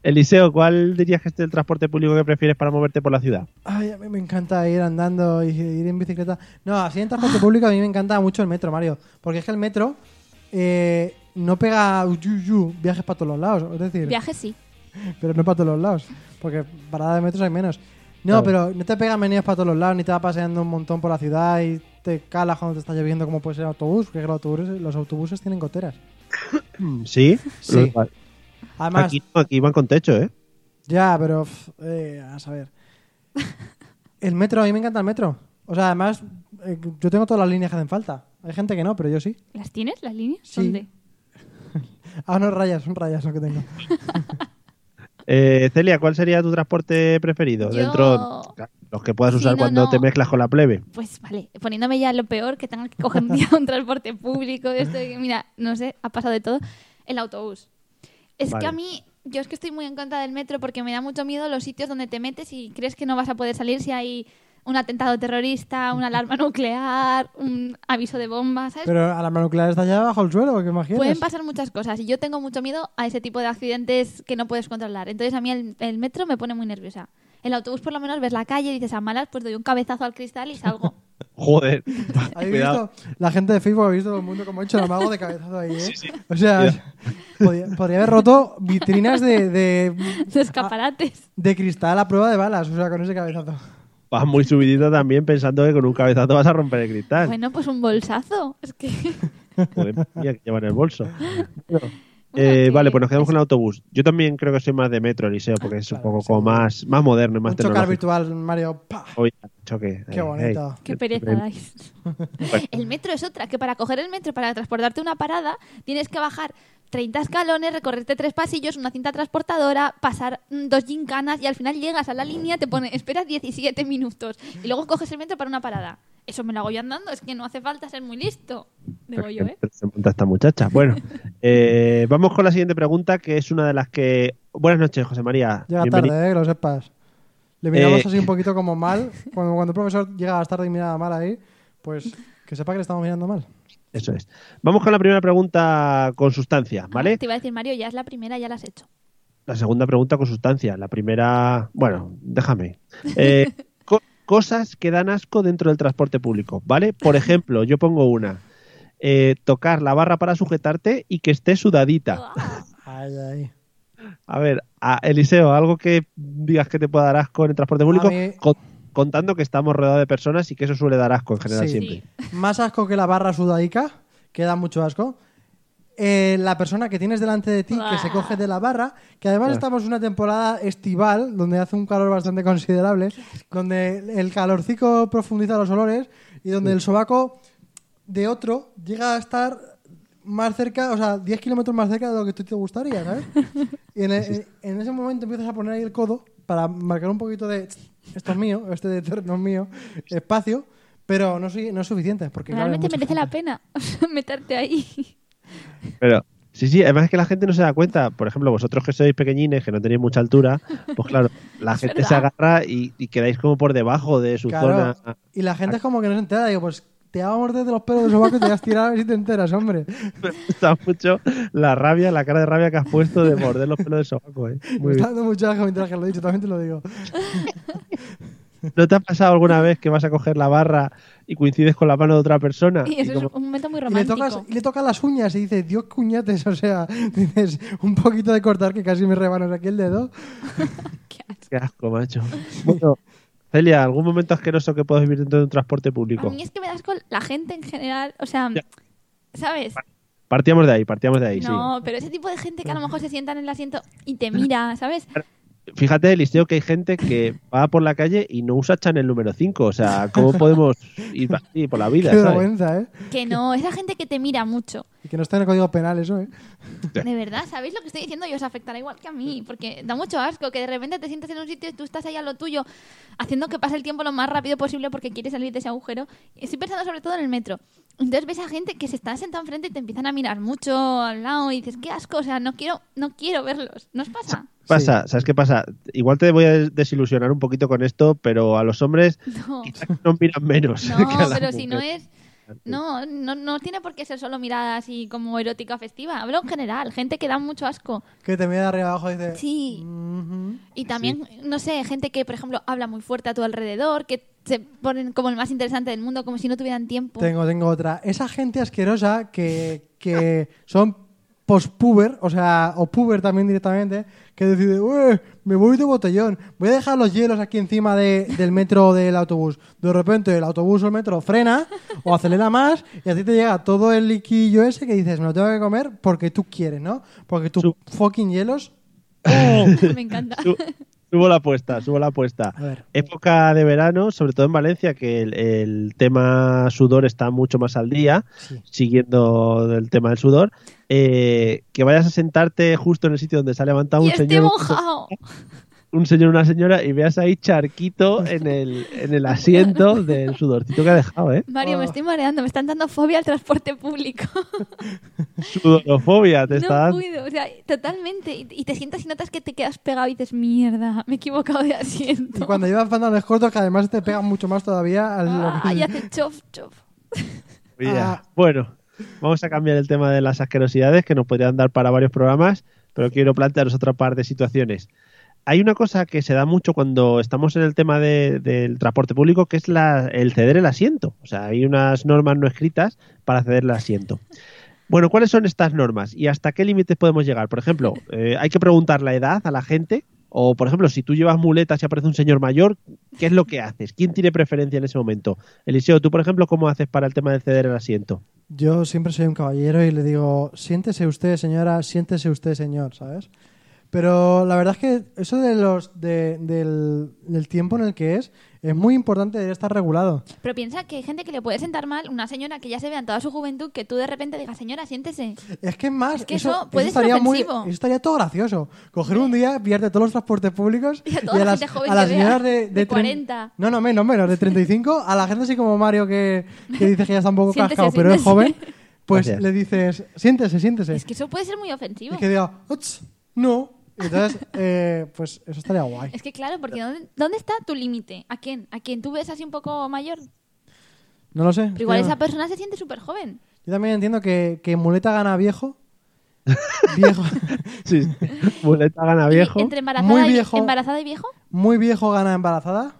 Speaker 1: Eliseo, ¿cuál dirías que es el transporte público que prefieres para moverte por la ciudad?
Speaker 3: Ay, a mí me encanta ir andando y ir en bicicleta. No, así en transporte público a mí me encanta mucho el metro, Mario. Porque es que el metro eh, no pega uyu, uyu, viajes para todos los lados. Es
Speaker 1: eh,
Speaker 3: decir,
Speaker 4: Viaje sí.
Speaker 3: pero no para todos los lados. Porque parada de metros hay menos. No,
Speaker 1: Claro.
Speaker 3: pero no te pega venidas para todos los lados, ni te va paseando un montón por la ciudad y te calas cuando te está lloviendo como puede ser el autobús, porque el autobús- los autobuses tienen goteras.
Speaker 1: Sí,
Speaker 3: Sí.
Speaker 1: Los-
Speaker 3: Además,
Speaker 1: aquí, no, aquí van con techo, ¿eh?
Speaker 3: ya, pero pf, eh, a saber. El metro, a mí me encanta el metro. O sea, además, eh, yo tengo todas las líneas que hacen falta. Hay gente que no, pero yo sí.
Speaker 4: ¿Las tienes, las líneas?
Speaker 3: Sí.
Speaker 4: ¿Dónde?
Speaker 3: Ah, no, rayas, son rayas lo que tengo.
Speaker 1: Eh, Celia, ¿cuál sería tu transporte preferido?
Speaker 4: Yo-
Speaker 1: Dentro los que puedas
Speaker 4: Sí,
Speaker 1: usar
Speaker 4: no,
Speaker 1: cuando
Speaker 4: no.
Speaker 1: te mezclas con la plebe.
Speaker 4: Pues vale, poniéndome ya lo peor, que tenga que coger un día un transporte público, de esto, de que, mira, no sé, ha pasado de todo, el autobús. Es
Speaker 1: Vale.
Speaker 4: que a mí, yo es que estoy muy en contra del metro porque me da mucho miedo los sitios donde te metes y crees que no vas a poder salir si hay un atentado terrorista, una alarma nuclear, un aviso de bomba, ¿sabes?
Speaker 3: Pero a la nuclear está allá bajo el suelo, ¿qué imaginas?
Speaker 4: Pueden pasar muchas cosas y yo tengo mucho miedo a ese tipo de accidentes que no puedes controlar. Entonces a mí el, el metro me pone muy nerviosa. El autobús por lo menos ves la calle y dices a malas pues doy un cabezazo al cristal y salgo.
Speaker 1: Joder,
Speaker 3: ¿Habéis
Speaker 1: cuidado.
Speaker 3: visto? La gente de Facebook ha visto todo el mundo como ha hecho el amago de cabezazo ahí, ¿eh? O sea, podía, podría haber roto vitrinas de, de,
Speaker 4: Los escaparates.
Speaker 3: de cristal a prueba de balas, o sea, con ese cabezazo.
Speaker 1: Vas muy subidita también pensando que con un cabezazo vas a romper el cristal.
Speaker 4: Bueno, pues un bolsazo. Es que
Speaker 1: Joder, mira, que llevan el bolso. Bueno,
Speaker 4: Bueno,
Speaker 1: eh,
Speaker 4: que-
Speaker 1: Vale, pues nos quedamos
Speaker 4: es-
Speaker 1: con el autobús. Yo también creo que soy más de metro, Eliseo, porque es un poco como más, más moderno y más
Speaker 3: Ah, Un chocar
Speaker 1: tecnológico.
Speaker 3: virtual, Mario. ¡Pah!
Speaker 1: Oye, choque. eh,
Speaker 3: Qué
Speaker 1: Ay,
Speaker 3: bonito.
Speaker 1: ay.
Speaker 4: qué pereza eh, dais. El metro es otra, que para coger el metro, para transportarte a una parada, tienes que bajar 30 escalones, recorrerte tres pasillos, una cinta transportadora, pasar mm, dos gincanas y al final llegas a la línea, te pone, esperas 17 minutos y luego coges el metro para una parada. Eso me lo hago yo andando, es que no hace falta ser muy listo. Digo yo, ¿eh?
Speaker 1: Se monta esta muchacha. Bueno, eh, vamos con la siguiente pregunta, que es una de las que. Buenas noches, José María.
Speaker 3: Llega
Speaker 1: Bienvenido.
Speaker 3: tarde, eh, que lo sepas. Le miramos
Speaker 1: Eh.
Speaker 3: así un poquito como mal. Cuando, cuando el profesor llega tarde y mira mal ahí, pues que sepa que le estamos mirando mal.
Speaker 1: Eso es. Vamos con la primera pregunta con sustancia, ¿vale?
Speaker 4: Te iba a decir, Mario, ya es la primera, ya la has hecho.
Speaker 1: La segunda pregunta con sustancia. La primera, bueno, déjame. Eh, co- cosas que dan asco dentro del transporte público, ¿vale? Por ejemplo, yo pongo una. Eh, tocar la barra para sujetarte y que esté sudadita.
Speaker 3: Ay, ay.
Speaker 1: A ver, a Eliseo, algo que digas que te pueda dar asco en el transporte público,
Speaker 3: A mí-
Speaker 1: con- contando que estamos rodeados de personas y que eso suele dar asco en general
Speaker 3: Sí.
Speaker 1: siempre.
Speaker 3: Más asco que la barra sudaica, que da mucho asco. Eh, la persona que tienes delante de ti, que se coge de la barra, que
Speaker 1: Ah.
Speaker 3: además estamos en una temporada estival, donde hace un calor bastante considerable, donde el calorcico profundiza los olores y donde el sobaco de otro llega a estar más cerca, o sea, 10 kilómetros más cerca de lo que tú te gustaría, ¿sabes? Y en, en- en ese momento empiezas a poner ahí el codo para marcar un poquito de "Tss, esto es mío, este de no es mío, espacio, pero no, soy, no es suficiente. Porque, claro, hay
Speaker 4: Realmente
Speaker 3: mucha
Speaker 4: merece
Speaker 3: gente.
Speaker 4: la pena meterte ahí.
Speaker 1: Pero sí, sí, además es que la gente no se da cuenta. Por ejemplo, vosotros que sois pequeñines, que no tenéis mucha altura, pues claro, la gente se agarra y, y quedáis como por debajo de su zona.
Speaker 3: Claro, Y la gente es como que no se entera, digo, pues te vas a morder de los pelos del sobaco y te vas a tirar a ver si te enteras, hombre.
Speaker 1: Me gusta mucho la rabia, la cara de rabia que has puesto de morder los pelos del sobaco. ¿eh?
Speaker 3: Me
Speaker 1: Muy
Speaker 3: está
Speaker 1: bien.
Speaker 3: dando mucho asco mientras que lo he dicho, también te lo digo.
Speaker 1: ¿No te ha pasado alguna vez que vas a coger la barra y coincides con la mano de otra persona?
Speaker 4: Y
Speaker 1: Y
Speaker 4: eso
Speaker 1: como-
Speaker 4: es un momento muy
Speaker 3: Y le,
Speaker 4: romántico.
Speaker 3: tocas, y le tocas las uñas y dices, Dios cuñates, o sea, dices, un poquito de cortar que casi me rebanos aquí el dedo.
Speaker 4: Qué asco.
Speaker 1: Qué asco, macho. Bueno, Celia, ¿algún momento asqueroso que puedas vivir dentro de un transporte
Speaker 4: A
Speaker 1: público?
Speaker 4: mí es que me das con la gente en general, o sea,
Speaker 1: Ya.
Speaker 4: ¿sabes?
Speaker 1: Partíamos de ahí, partíamos de ahí,
Speaker 4: No, pero ese tipo de gente que a lo mejor se sienta en el asiento y te mira, ¿sabes?
Speaker 1: sí. Fíjate, Eliseo, que hay gente que va por la calle y no usa Chanel número 5. O sea, ¿cómo podemos ir así por la vida?
Speaker 3: Qué
Speaker 1: ¿sabes?
Speaker 3: vergüenza, ¿eh?
Speaker 4: Que no, esa gente que te mira mucho.
Speaker 3: Y que no está en el código penal eso, ¿eh?
Speaker 4: De verdad, ¿sabéis lo que estoy diciendo? Y os afectará igual que a mí, porque da mucho asco que de repente te sientas en un sitio y tú estás ahí a lo tuyo, haciendo que pase el tiempo lo más rápido posible porque quieres salir de ese agujero. Estoy pensando sobre todo en el metro. Entonces ves a gente que se está sentada enfrente y te empiezan a mirar mucho al lado y dices, qué asco, o sea, no quiero, no quiero verlos. ¿Nos pasa?
Speaker 1: Pasa, ¿sabes qué pasa? Igual te voy a des- desilusionar un poquito con esto, pero a los hombres
Speaker 4: No.
Speaker 1: quizás no miran menos.
Speaker 4: No,
Speaker 1: que a las
Speaker 4: pero si no
Speaker 1: mujeres.
Speaker 4: es. No, no, no tiene por qué ser solo mirada así como erótica festiva. Hablo en general, gente que da mucho asco.
Speaker 3: Que te mira de arriba abajo y dice...
Speaker 4: Sí.
Speaker 3: "Mhm".
Speaker 4: Y también, no sé, gente que, por ejemplo, habla muy fuerte a tu alrededor, que se ponen como el más interesante del mundo, como Pues si no tuvieran tiempo.
Speaker 3: Tengo, tengo otra. Esa gente asquerosa que, que son post-puber, o sea, o puber también directamente, que decide, "Ué, me voy de botellón, voy a dejar los hielos aquí encima de- del metro o del autobús. De repente el autobús o el metro frena o acelera más y a ti te llega todo el liquillo ese que dices, me lo tengo que comer porque tú quieres, ¿no? Porque tus
Speaker 1: Su-
Speaker 3: fucking hielos...
Speaker 4: Me encanta.
Speaker 1: Su- Subo la apuesta, subo la apuesta.
Speaker 3: A ver.
Speaker 1: Época de verano, sobre todo en Valencia, que el, el tema sudor está mucho más al día,
Speaker 3: Sí.
Speaker 1: siguiendo el tema del sudor. eh, que vayas a sentarte justo en el sitio donde se ha levantado
Speaker 4: Y
Speaker 1: un
Speaker 4: estoy
Speaker 1: señor,
Speaker 4: mojado.
Speaker 1: un señor, una señora, y veas ahí charquito en el, en el asiento del sudorcito que ha dejado, ¿eh?
Speaker 4: Mario, me estoy mareando. Me están dando fobia al transporte público.
Speaker 1: Sudorofobia te está
Speaker 4: No
Speaker 1: dando.
Speaker 4: puedo, o sea, totalmente. Y, y te sientas y notas que te quedas pegado y dices, mierda, me he equivocado de asiento.
Speaker 3: Y cuando llevas pantalones cortos que además te pegan mucho más todavía al...
Speaker 4: Ah, y hace chof, chof.
Speaker 1: Ya.
Speaker 3: Ah.
Speaker 1: Bueno, vamos a cambiar el tema de las asquerosidades que nos podrían dar para varios programas, pero quiero plantearos otra par de situaciones. Hay una cosa que se da mucho cuando estamos en el tema de- del transporte público, que es la- el ceder el asiento. O sea, hay unas normas no escritas para ceder el asiento. Bueno, ¿cuáles son estas normas y hasta qué límites podemos llegar? Por ejemplo, eh, hay que preguntar la edad a la gente. O, por ejemplo, si tú llevas muletas y aparece un señor mayor, ¿qué es lo que haces? ¿Quién tiene preferencia en ese momento? Eliseo, tú, por ejemplo, ¿cómo haces para el tema de ceder el asiento?
Speaker 3: Yo siempre soy un caballero y le digo, siéntese usted, señora, siéntese usted, señor, ¿sabes? Pero la verdad es que eso de los, de- del, del tiempo en el que es, es muy importante, debería estar regulado.
Speaker 4: Pero piensa que hay gente que le puede sentar mal, una señora que ya se ve en toda su juventud, que tú de repente digas, señora, siéntese.
Speaker 3: Es que es más,
Speaker 4: Es que eso puede ser
Speaker 3: estaría muy,
Speaker 4: ofensivo.
Speaker 3: eso estaría todo gracioso. Coger un día, pillarte todos los transportes públicos
Speaker 4: Y a toda la gente joven
Speaker 3: a las
Speaker 4: que veas,
Speaker 3: señoras de,
Speaker 4: de
Speaker 3: tren-
Speaker 4: 40.
Speaker 3: No, no, menos, menos, de 35, a la gente así como Mario que, que dice que ya está un poco
Speaker 4: Siéntese,
Speaker 3: cascado, pero es joven,
Speaker 4: siéntese.
Speaker 3: pues
Speaker 1: Gracias.
Speaker 3: le dices, siéntese, siéntese.
Speaker 4: Es que eso puede ser muy ofensivo.
Speaker 3: Y que diga, "Uts, no. Y entonces, eh, pues eso estaría guay.
Speaker 4: Es que claro, porque ¿dónde, dónde está tu límite? ¿A quién? ¿A quién tú ves así un poco mayor?
Speaker 3: No lo sé.
Speaker 4: Pero igual
Speaker 3: Yo-
Speaker 4: esa persona se siente súper joven.
Speaker 3: Yo también entiendo que, que muleta gana viejo. Viejo.
Speaker 1: Sí, sí. muleta gana
Speaker 4: Y
Speaker 1: viejo.
Speaker 4: Entre embarazada,
Speaker 3: muy
Speaker 4: y-
Speaker 3: viejo.
Speaker 4: embarazada y viejo.
Speaker 3: Muy viejo gana embarazada.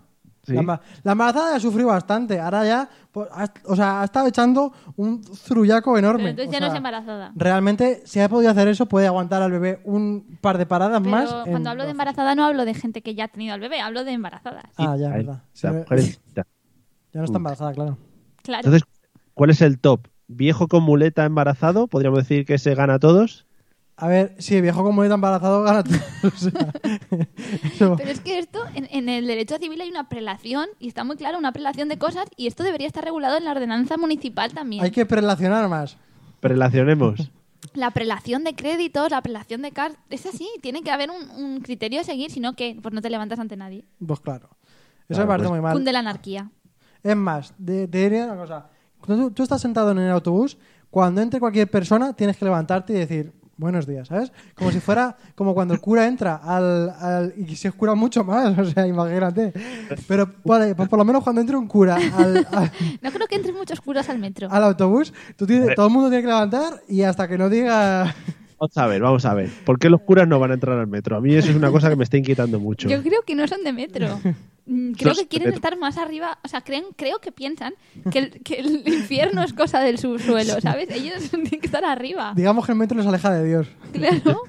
Speaker 1: Sí.
Speaker 3: La, emba- la embarazada ya sufrió bastante. Ahora ya, pues, ha- o sea, ha estado echando un zurullaco enorme.
Speaker 4: Pero entonces
Speaker 3: O
Speaker 4: ya no
Speaker 3: sea,
Speaker 4: es embarazada.
Speaker 3: Realmente, si ha podido hacer eso, puede aguantar al bebé un par de paradas
Speaker 4: Pero
Speaker 3: más. en-
Speaker 4: cuando hablo de embarazada no hablo de gente que ya ha tenido al bebé, hablo de embarazadas.
Speaker 3: Ah, ya,
Speaker 1: Ahí,
Speaker 3: verdad.
Speaker 1: o sea,
Speaker 3: Sí,
Speaker 1: mujer es distinta.
Speaker 3: Ya no está embarazada, claro.
Speaker 4: Claro.
Speaker 1: Entonces, ¿cuál es el top? ¿Viejo con muleta embarazado? Podríamos decir que se gana a todos.
Speaker 3: A ver, sí, viejo como está embarazado gana todo. O sea, eso-
Speaker 4: Pero es que esto, en, en el derecho civil hay una prelación, y está muy claro, una prelación de cosas, y esto debería estar regulado en la ordenanza municipal también.
Speaker 3: Hay que prelacionar más.
Speaker 1: Relacionemos.
Speaker 4: La prelación de créditos, la prelación de cartas, es así, tiene que haber un, un criterio a seguir, sino que pues no te levantas ante nadie.
Speaker 3: Pues claro. Eso
Speaker 1: Claro,
Speaker 3: me parece
Speaker 1: pues-
Speaker 3: muy mal.
Speaker 4: Cunde la anarquía.
Speaker 3: Es más, de- te diría una cosa. Cuando tú, tú estás sentado en el autobús, cuando entre cualquier persona tienes que levantarte y decir buenos días, ¿sabes? Como si fuera como cuando el cura entra al, al- y se oscura mucho más, o sea, imagínate. Pero vale, pues por lo menos cuando entra un cura al, al-
Speaker 4: No creo que entren muchos curas al metro.
Speaker 3: al autobús, tú tienes- todo el mundo tiene que levantar y hasta que no diga...
Speaker 1: Vamos a ver, vamos a ver. ¿Por qué los curas no van a entrar al metro? A mí eso es una cosa que me está inquietando mucho.
Speaker 4: Yo creo que no son de metro. Mm, Creo
Speaker 1: Son
Speaker 4: que quieren
Speaker 1: de metro.
Speaker 4: estar más arriba, o sea, creen, creo que piensan que el, que el infierno es cosa del subsuelo, ¿sabes? Ellos tienen que estar arriba.
Speaker 3: Digamos que el metro nos aleja de Dios.
Speaker 4: Claro.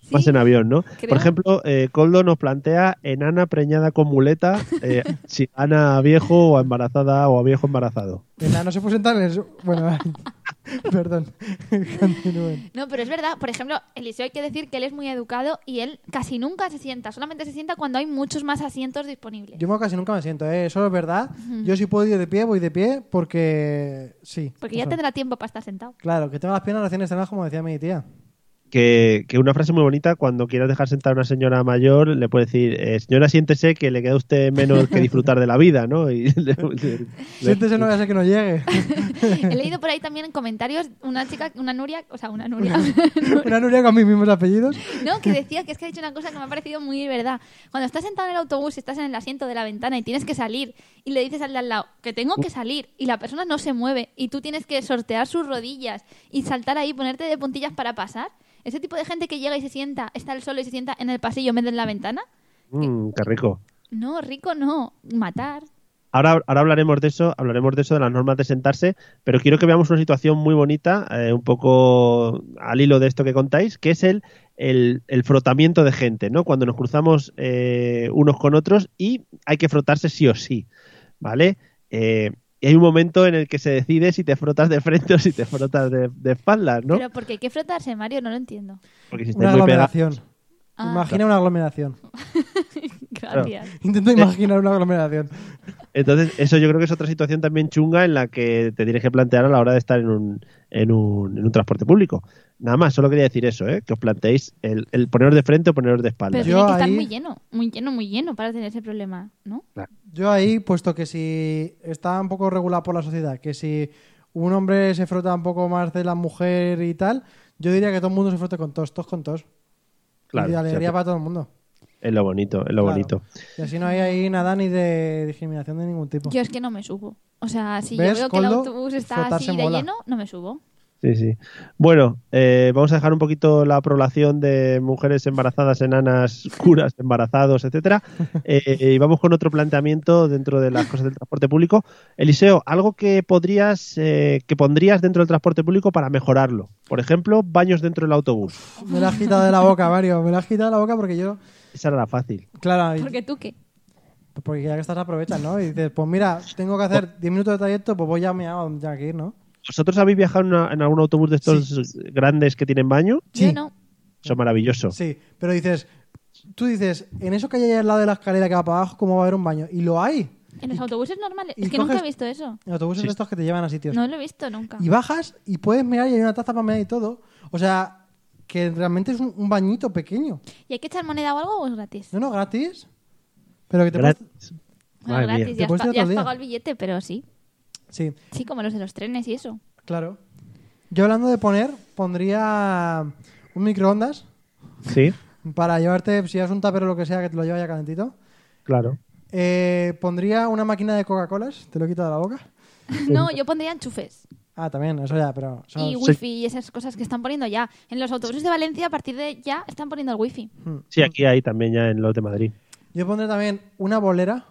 Speaker 4: Sí.
Speaker 1: Más en avión, ¿no?
Speaker 4: creo.
Speaker 1: Por ejemplo, eh, Coldo nos plantea enana preñada con muleta, eh, si gana a viejo o a embarazada o a viejo embarazado.
Speaker 3: Nada, no se pueden sentar en el... Bueno, perdón. Continúen.
Speaker 4: No, pero es verdad. Por ejemplo, Eliseo hay que decir que él es muy educado y él casi nunca se sienta. Solamente se sienta cuando hay muchos más asientos disponibles.
Speaker 3: Yo casi nunca me siento, ¿eh? eso es verdad. Yo si puedo ir de pie, voy de pie porque sí.
Speaker 4: Porque ya
Speaker 3: eso.
Speaker 4: tendrá tiempo para estar sentado.
Speaker 3: Claro, que tengo las piernas recién estrenadas, como decía mi tía.
Speaker 1: Que, que una frase muy bonita, cuando quieras dejar sentar a una señora mayor, le puedes decir, eh, señora, siéntese que le queda a usted menos que disfrutar de la vida, ¿no? Y le- le- le-
Speaker 3: Siéntese, no vaya a ser que no llegue.
Speaker 4: He leído por ahí también en comentarios una chica, una Nuria, o sea, una Nuria.
Speaker 3: Una Nuria con mis mismos apellidos.
Speaker 4: No, que decía que es que ha dicho una cosa que me ha parecido muy verdad. Cuando estás sentado en el autobús y estás en el asiento de la ventana y tienes que salir y le dices al de al lado que tengo que salir y la persona no se mueve y tú tienes que sortear sus rodillas y saltar ahí, ponerte de puntillas para pasar. Ese tipo de gente que llega y se sienta, está el solo y se sienta en el pasillo en vez de en la ventana.
Speaker 1: Mm, qué rico.
Speaker 4: No, rico no, matar.
Speaker 1: Ahora, ahora hablaremos de eso, hablaremos de eso, de las normas de sentarse, pero quiero que veamos una situación muy bonita, eh, un poco al hilo de esto que contáis, que es el, el, el frotamiento de gente, ¿no? Cuando nos cruzamos eh, unos con otros y hay que frotarse sí o sí, ¿vale? Eh, y hay un momento en el que se decide si te frotas de frente o si te frotas de, de espaldas, ¿no?
Speaker 4: Pero porque hay que frotarse, Mario, no lo entiendo.
Speaker 1: Porque si
Speaker 3: Una
Speaker 1: estáis muy pegados-
Speaker 3: aglomeración.
Speaker 4: Ah.
Speaker 3: Imagina una aglomeración.
Speaker 4: Gracias.
Speaker 3: Intento imaginar una aglomeración.
Speaker 1: Entonces, eso yo creo que es otra situación también chunga en la que te tienes que plantear a la hora de estar en un, en un, en un transporte público. Nada más, solo quería decir eso, ¿eh? que os planteéis el, el poneros de frente o poneros de espalda.
Speaker 4: Pero
Speaker 3: Yo
Speaker 4: tiene que estar
Speaker 3: ahí-
Speaker 4: muy lleno, muy lleno, muy lleno para tener ese problema, ¿no?
Speaker 3: Yo ahí, puesto que si está un poco regulado por la sociedad, que si un hombre se frota un poco más de la mujer y tal, yo diría que todo el mundo se frote con todos, todos con todos.
Speaker 1: Claro,
Speaker 3: y de alegría
Speaker 1: o sea,
Speaker 3: para todo el mundo.
Speaker 1: Es lo bonito, es lo
Speaker 3: Claro.
Speaker 1: bonito.
Speaker 3: Y así no hay ahí nada ni de discriminación de ningún tipo.
Speaker 4: Yo es que no me subo. O sea, si yo
Speaker 3: ¿Ves,
Speaker 4: veo que
Speaker 3: Koldo?
Speaker 4: el autobús está
Speaker 3: Frotarse
Speaker 4: así de
Speaker 3: mola.
Speaker 4: lleno, no me subo.
Speaker 1: Sí, sí. Bueno, eh, vamos a dejar un poquito la población de mujeres embarazadas, enanas, curas, embarazados, etcétera. Eh, y vamos con otro planteamiento dentro de las cosas del transporte público. Eliseo, algo que podrías, eh, que pondrías dentro del transporte público para mejorarlo. Por ejemplo, baños dentro del autobús.
Speaker 3: Me la has quitado de la boca, Mario. Me la has quitado de la boca porque yo.
Speaker 1: Esa era la fácil.
Speaker 3: Claro, y-
Speaker 4: Porque tú qué.
Speaker 3: porque ya que estás aprovechas, ¿no? Y dices, pues mira, tengo que hacer 10 minutos de trayecto, pues voy ya me hago ya que ir, ¿no?
Speaker 1: ¿Vosotros habéis viajado en, una- en algún autobús de estos grandes que tienen baño?
Speaker 3: Sí.
Speaker 4: Yo no.
Speaker 1: Eso es maravilloso.
Speaker 3: Sí, pero dices, tú dices, en eso que hay ahí al lado de la escalera que va para abajo, ¿cómo va a haber un baño? Y lo hay.
Speaker 4: En los autobuses normales.
Speaker 3: y
Speaker 4: Es que nunca he
Speaker 3: coges-
Speaker 4: visto eso.
Speaker 3: En autobuses de estos que te llevan a sitios.
Speaker 4: No lo he visto nunca.
Speaker 3: Y bajas y puedes mirar y hay una taza para mirar y todo. O sea, que realmente es un, un bañito pequeño.
Speaker 4: ¿Y hay que echar moneda o algo o es gratis?
Speaker 3: No, no, gratis. Pero que te
Speaker 1: Gratis.
Speaker 3: puedes-
Speaker 4: No,
Speaker 1: Madre
Speaker 4: es gratis.
Speaker 1: mía.
Speaker 3: Te
Speaker 4: Ya, has,
Speaker 3: puedes
Speaker 4: pa-
Speaker 3: ir
Speaker 4: ya
Speaker 3: otro
Speaker 4: has
Speaker 3: día.
Speaker 4: pagado el billete, pero sí.
Speaker 3: Sí,
Speaker 4: Sí, como los de los trenes y eso.
Speaker 3: claro. Yo hablando de poner, pondría un microondas
Speaker 1: Sí,
Speaker 3: para llevarte, si es un tupper o lo que sea, que te lo lleva ya calentito.
Speaker 1: claro.
Speaker 3: Eh, pondría una máquina de Coca-Colas, te lo he quitado de la boca.
Speaker 4: no, yo pondría enchufes.
Speaker 3: Ah, también, eso ya, pero... eso-
Speaker 4: Y wifi y esas cosas que están poniendo ya. En los autobuses de Valencia, a partir de ya, están poniendo el wifi.
Speaker 1: Sí,
Speaker 3: Mm.
Speaker 1: aquí hay también ya en los de Madrid.
Speaker 3: Yo pondré también una bolera.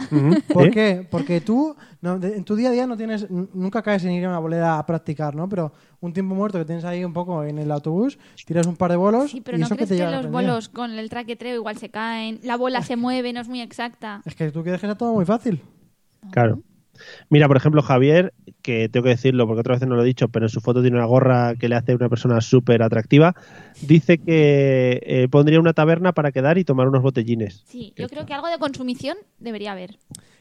Speaker 1: ¿Eh?
Speaker 3: Mm-hmm. ¿Por qué? Porque tú no, de- en tu día a día no tienes, n- nunca caes en ir a una bolera a practicar, ¿no? Pero un tiempo muerto que tienes ahí un poco en el autobús, tiras un par de bolos
Speaker 4: Sí, pero
Speaker 3: y
Speaker 4: ¿no
Speaker 3: eso
Speaker 4: crees
Speaker 3: que
Speaker 4: que,
Speaker 3: te lleva
Speaker 4: los bolos con el traquetreo igual se caen? La bola se mueve, no es muy exacta.
Speaker 3: Es que tú quieres que sea todo muy fácil.
Speaker 1: Claro. Mira, por ejemplo, Javier, que tengo que decirlo porque otra vez no lo he dicho, pero en su foto tiene una gorra que le hace una persona súper atractiva, dice que eh, pondría una taberna para quedar y tomar unos botellines.
Speaker 4: Sí, yo creo que algo de consumición debería haber.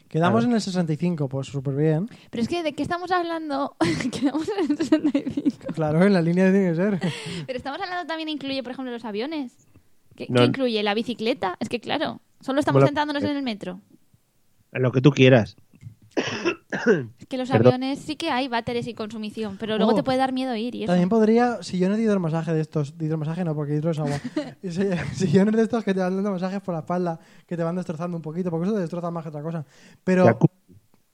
Speaker 3: Quedamos en el 65, pues súper bien.
Speaker 4: Pero es que, ¿de qué estamos hablando? Quedamos en el 65.
Speaker 3: Claro, en la línea tiene que ser.
Speaker 4: Pero estamos hablando también incluye, por ejemplo, los aviones. ¿Qué,
Speaker 1: No. eh,
Speaker 4: qué incluye? ¿La bicicleta? Es que, claro, solo estamos
Speaker 1: Mola-
Speaker 4: sentándonos en el metro.
Speaker 1: En lo que tú quieras.
Speaker 4: Es que los
Speaker 1: Perdón.
Speaker 4: aviones sí que hay váteres y consumición, pero luego
Speaker 3: Oh.
Speaker 4: te puede dar miedo ir y eso.
Speaker 3: También podría, sillones de hidromasaje de estos, de hidromasaje no, porque hidro es agua. Si- sillones de estos que te van dando masajes por la espalda, que te van destrozando un poquito, porque eso te destroza más que otra cosa. Pero
Speaker 1: Jacuzzi.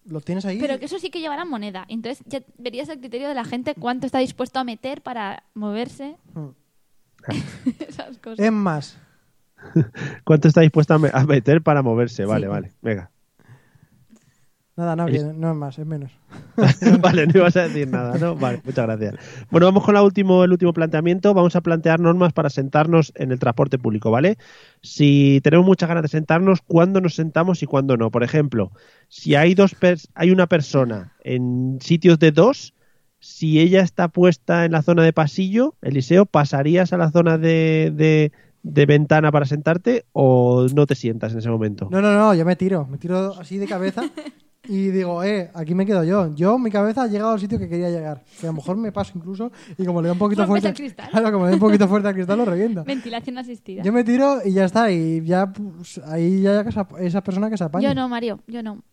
Speaker 3: lo tienes ahí.
Speaker 4: Pero que eso sí que llevarán moneda. Entonces ya verías el criterio de la gente cuánto está dispuesto a meter para moverse.
Speaker 3: Mm.
Speaker 4: Esas cosas.
Speaker 3: Es más,
Speaker 1: ¿Cuánto está dispuesta a me- a meter para moverse? Vale, vale, venga.
Speaker 3: Nada, no,
Speaker 1: Eres-
Speaker 3: que no es más, es menos.
Speaker 1: vale, no ibas a decir nada, ¿no? Vale, muchas gracias. Bueno, vamos con la último, el último planteamiento. Vamos a plantear normas para sentarnos en el transporte público, ¿vale? Si tenemos muchas ganas de sentarnos, ¿cuándo nos sentamos y cuándo no? Por ejemplo, si hay, dos pers- hay una persona en sitios de dos, si ella está puesta en la zona de pasillo, Eliseo, ¿pasarías a la zona de, de- de ventana para sentarte o no te sientas en ese momento?
Speaker 3: No, no, no, yo me tiro, me tiro así de cabeza y digo, eh, aquí me quedo yo. Yo, mi cabeza ha llegado al sitio que quería llegar. Que a lo mejor me paso incluso y como le doy un poquito
Speaker 4: Rompes
Speaker 3: fuerte.
Speaker 4: el cristal.
Speaker 3: Claro, como le doy un poquito fuerte al cristal, lo revienta.
Speaker 4: Ventilación asistida.
Speaker 3: Yo me tiro y ya está, y ya pues, ahí ya que se ap- esa persona que se apaña.
Speaker 4: Yo no, Mario, yo no.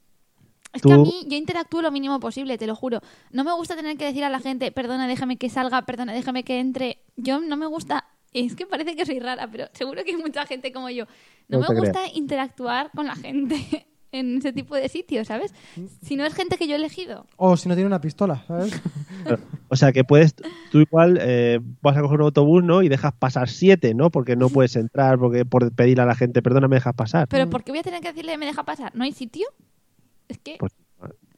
Speaker 4: Es
Speaker 1: Tú-
Speaker 4: que a mí yo interactúo lo mínimo posible, te lo juro. No me gusta tener que decir a la gente, perdona, déjame que salga, perdona, déjame que entre. Yo no me gusta, es que parece que soy rara, pero seguro que hay mucha gente como yo. No,
Speaker 1: No te
Speaker 4: me gusta interactuar con la gente en ese tipo de sitios, ¿sabes?
Speaker 1: Mm.
Speaker 4: Si no es gente que yo he elegido.
Speaker 3: O si no tiene una pistola, ¿sabes?
Speaker 1: O sea que puedes, tú igual eh, vas a coger un autobús, ¿no? Y dejas pasar siete, ¿no? Porque no puedes entrar, porque por pedirle a la gente, perdona, me dejas pasar.
Speaker 4: Pero ¿por qué voy a tener que decirle, me deja pasar? ¿No hay sitio? Es que,
Speaker 1: Pues,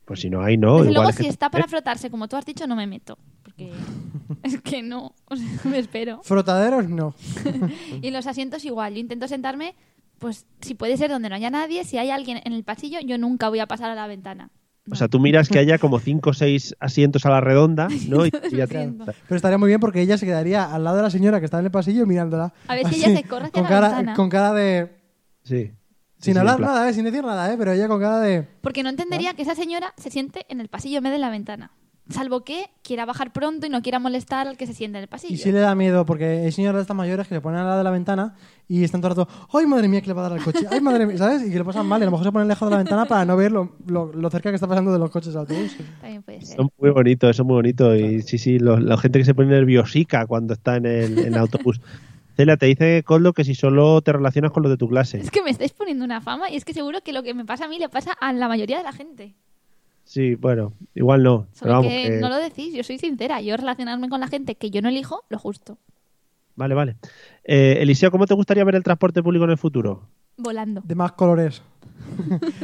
Speaker 1: pues si no hay, no.
Speaker 4: desde
Speaker 1: Igual
Speaker 4: luego,
Speaker 1: es que-
Speaker 4: si está para frotarse, como tú has dicho, no me meto. Porque es que no, o sea, me espero.
Speaker 3: Frotaderos no.
Speaker 4: Y en los asientos igual, yo intento sentarme, pues si puede ser donde no haya nadie, si hay alguien en el pasillo, yo nunca voy a pasar a la ventana.
Speaker 1: O sea, tú miras que haya como cinco o seis asientos a la redonda, ¿no? Y, y ya te...
Speaker 4: Entiendo.
Speaker 3: Pero estaría muy bien porque ella se quedaría al lado de la señora que está en el pasillo mirándola.
Speaker 4: A ver si ella
Speaker 3: Así,
Speaker 4: se corre hacia
Speaker 3: con
Speaker 4: la
Speaker 3: cara,
Speaker 4: ventana.
Speaker 3: Con cara de...
Speaker 1: Sí. Sí,
Speaker 3: Sin
Speaker 1: sí,
Speaker 3: hablar
Speaker 1: en plan-
Speaker 3: nada, ¿eh? Sin decir nada, ¿eh? Pero ella con cara de...
Speaker 4: Porque no
Speaker 1: ¿Ah?
Speaker 4: entendería que esa señora se siente en el pasillo en vez de en la ventana. Salvo que quiera bajar pronto y no quiera molestar al que se siente en el pasillo.
Speaker 3: Y sí le da miedo porque hay señoras de estas mayores que se ponen al lado de la ventana y están todo el rato, ¡ay madre mía que le va a dar al coche! ¡ay madre mía! ¿Sabes? Y que lo pasan mal y a lo mejor se ponen lejos de la ventana para no ver lo, lo- lo cerca que está pasando de los coches de autobús.
Speaker 4: También puede ser.
Speaker 1: Son muy bonitos, son muy bonitos. Y sí, sí, los- la gente que se pone nerviosica cuando está en el, en el autobús. Celia, te dice Coldo que si solo te relacionas con los de tu clase.
Speaker 4: Es que me estáis poniendo una fama y es que seguro que lo que me pasa a mí le pasa a la mayoría de la gente.
Speaker 1: Sí, bueno, igual no. Pero
Speaker 4: Solo
Speaker 1: vamos,
Speaker 4: que
Speaker 1: que-
Speaker 4: no lo decís, yo soy sincera. Yo relacionarme con la gente que yo no elijo, lo justo.
Speaker 1: Vale, vale. Eh, Eliseo, ¿cómo te gustaría ver el transporte público en el futuro?
Speaker 4: Volando.
Speaker 3: De más colores.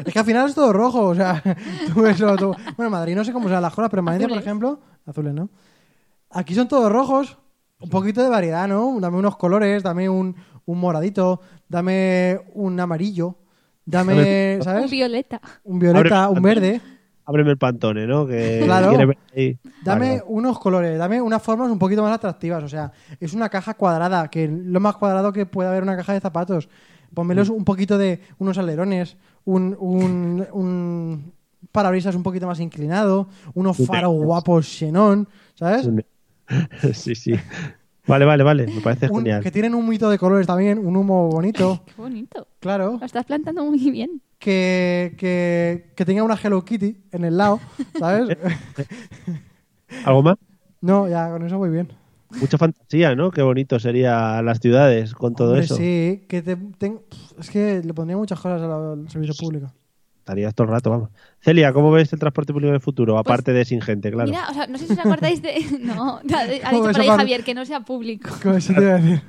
Speaker 3: es que al final es todo rojo, o sea, tú ves lo- tú- Bueno, en Madrid no sé cómo serán las colas, pero en Valencia, por
Speaker 4: Azules.
Speaker 3: ejemplo, azules, ¿no? Aquí son todos rojos, un poquito de variedad, ¿no? Dame unos colores, dame un, un moradito, dame un amarillo, dame,
Speaker 4: Un
Speaker 3: ¿sabes?
Speaker 4: violeta.
Speaker 3: Un violeta,
Speaker 1: Abre-
Speaker 3: un verde.
Speaker 1: Ábreme el pantone, ¿no? Que
Speaker 3: Claro.
Speaker 1: quiere ver ahí.
Speaker 3: Dame
Speaker 1: Vale, vale.
Speaker 3: unos colores, dame unas formas un poquito más atractivas. O sea, es una caja cuadrada, que lo más cuadrado que pueda haber una caja de zapatos. Pónmelos
Speaker 1: Mm.
Speaker 3: un poquito de unos alerones, un, un, un parabrisas un poquito más inclinado, unos
Speaker 1: Un
Speaker 3: faros
Speaker 1: Nexus.
Speaker 3: guapos xenón, ¿sabes?
Speaker 1: Mm, sí, sí. Vale, vale, vale. Me parece
Speaker 3: Un-
Speaker 1: genial.
Speaker 3: que tienen un mito de colores también, un humo bonito,
Speaker 4: Qué bonito.
Speaker 3: claro.
Speaker 4: Lo estás plantando muy bien.
Speaker 3: Que, que, que tenga una Hello Kitty en el lado, ¿sabes?
Speaker 1: ¿Algo más?
Speaker 3: no, ya con eso voy bien.
Speaker 1: Mucha fantasía, ¿no? Qué bonito sería las ciudades con todo
Speaker 3: Hombre,
Speaker 1: eso.
Speaker 3: Sí, que te, ten- pf, es que le pondría muchas cosas al al servicio público.
Speaker 1: Estarías todo el rato, vamos. Celia, ¿cómo ves el transporte público en el futuro? Aparte de sin gente, claro.
Speaker 4: Pues Mira, o sea, no sé si os acordáis de. No, ha ha dicho
Speaker 3: ¿Cómo
Speaker 4: por
Speaker 3: ves,
Speaker 4: ahí
Speaker 3: Pablo?
Speaker 4: Javier que no sea público.
Speaker 3: Como eso te iba a decir.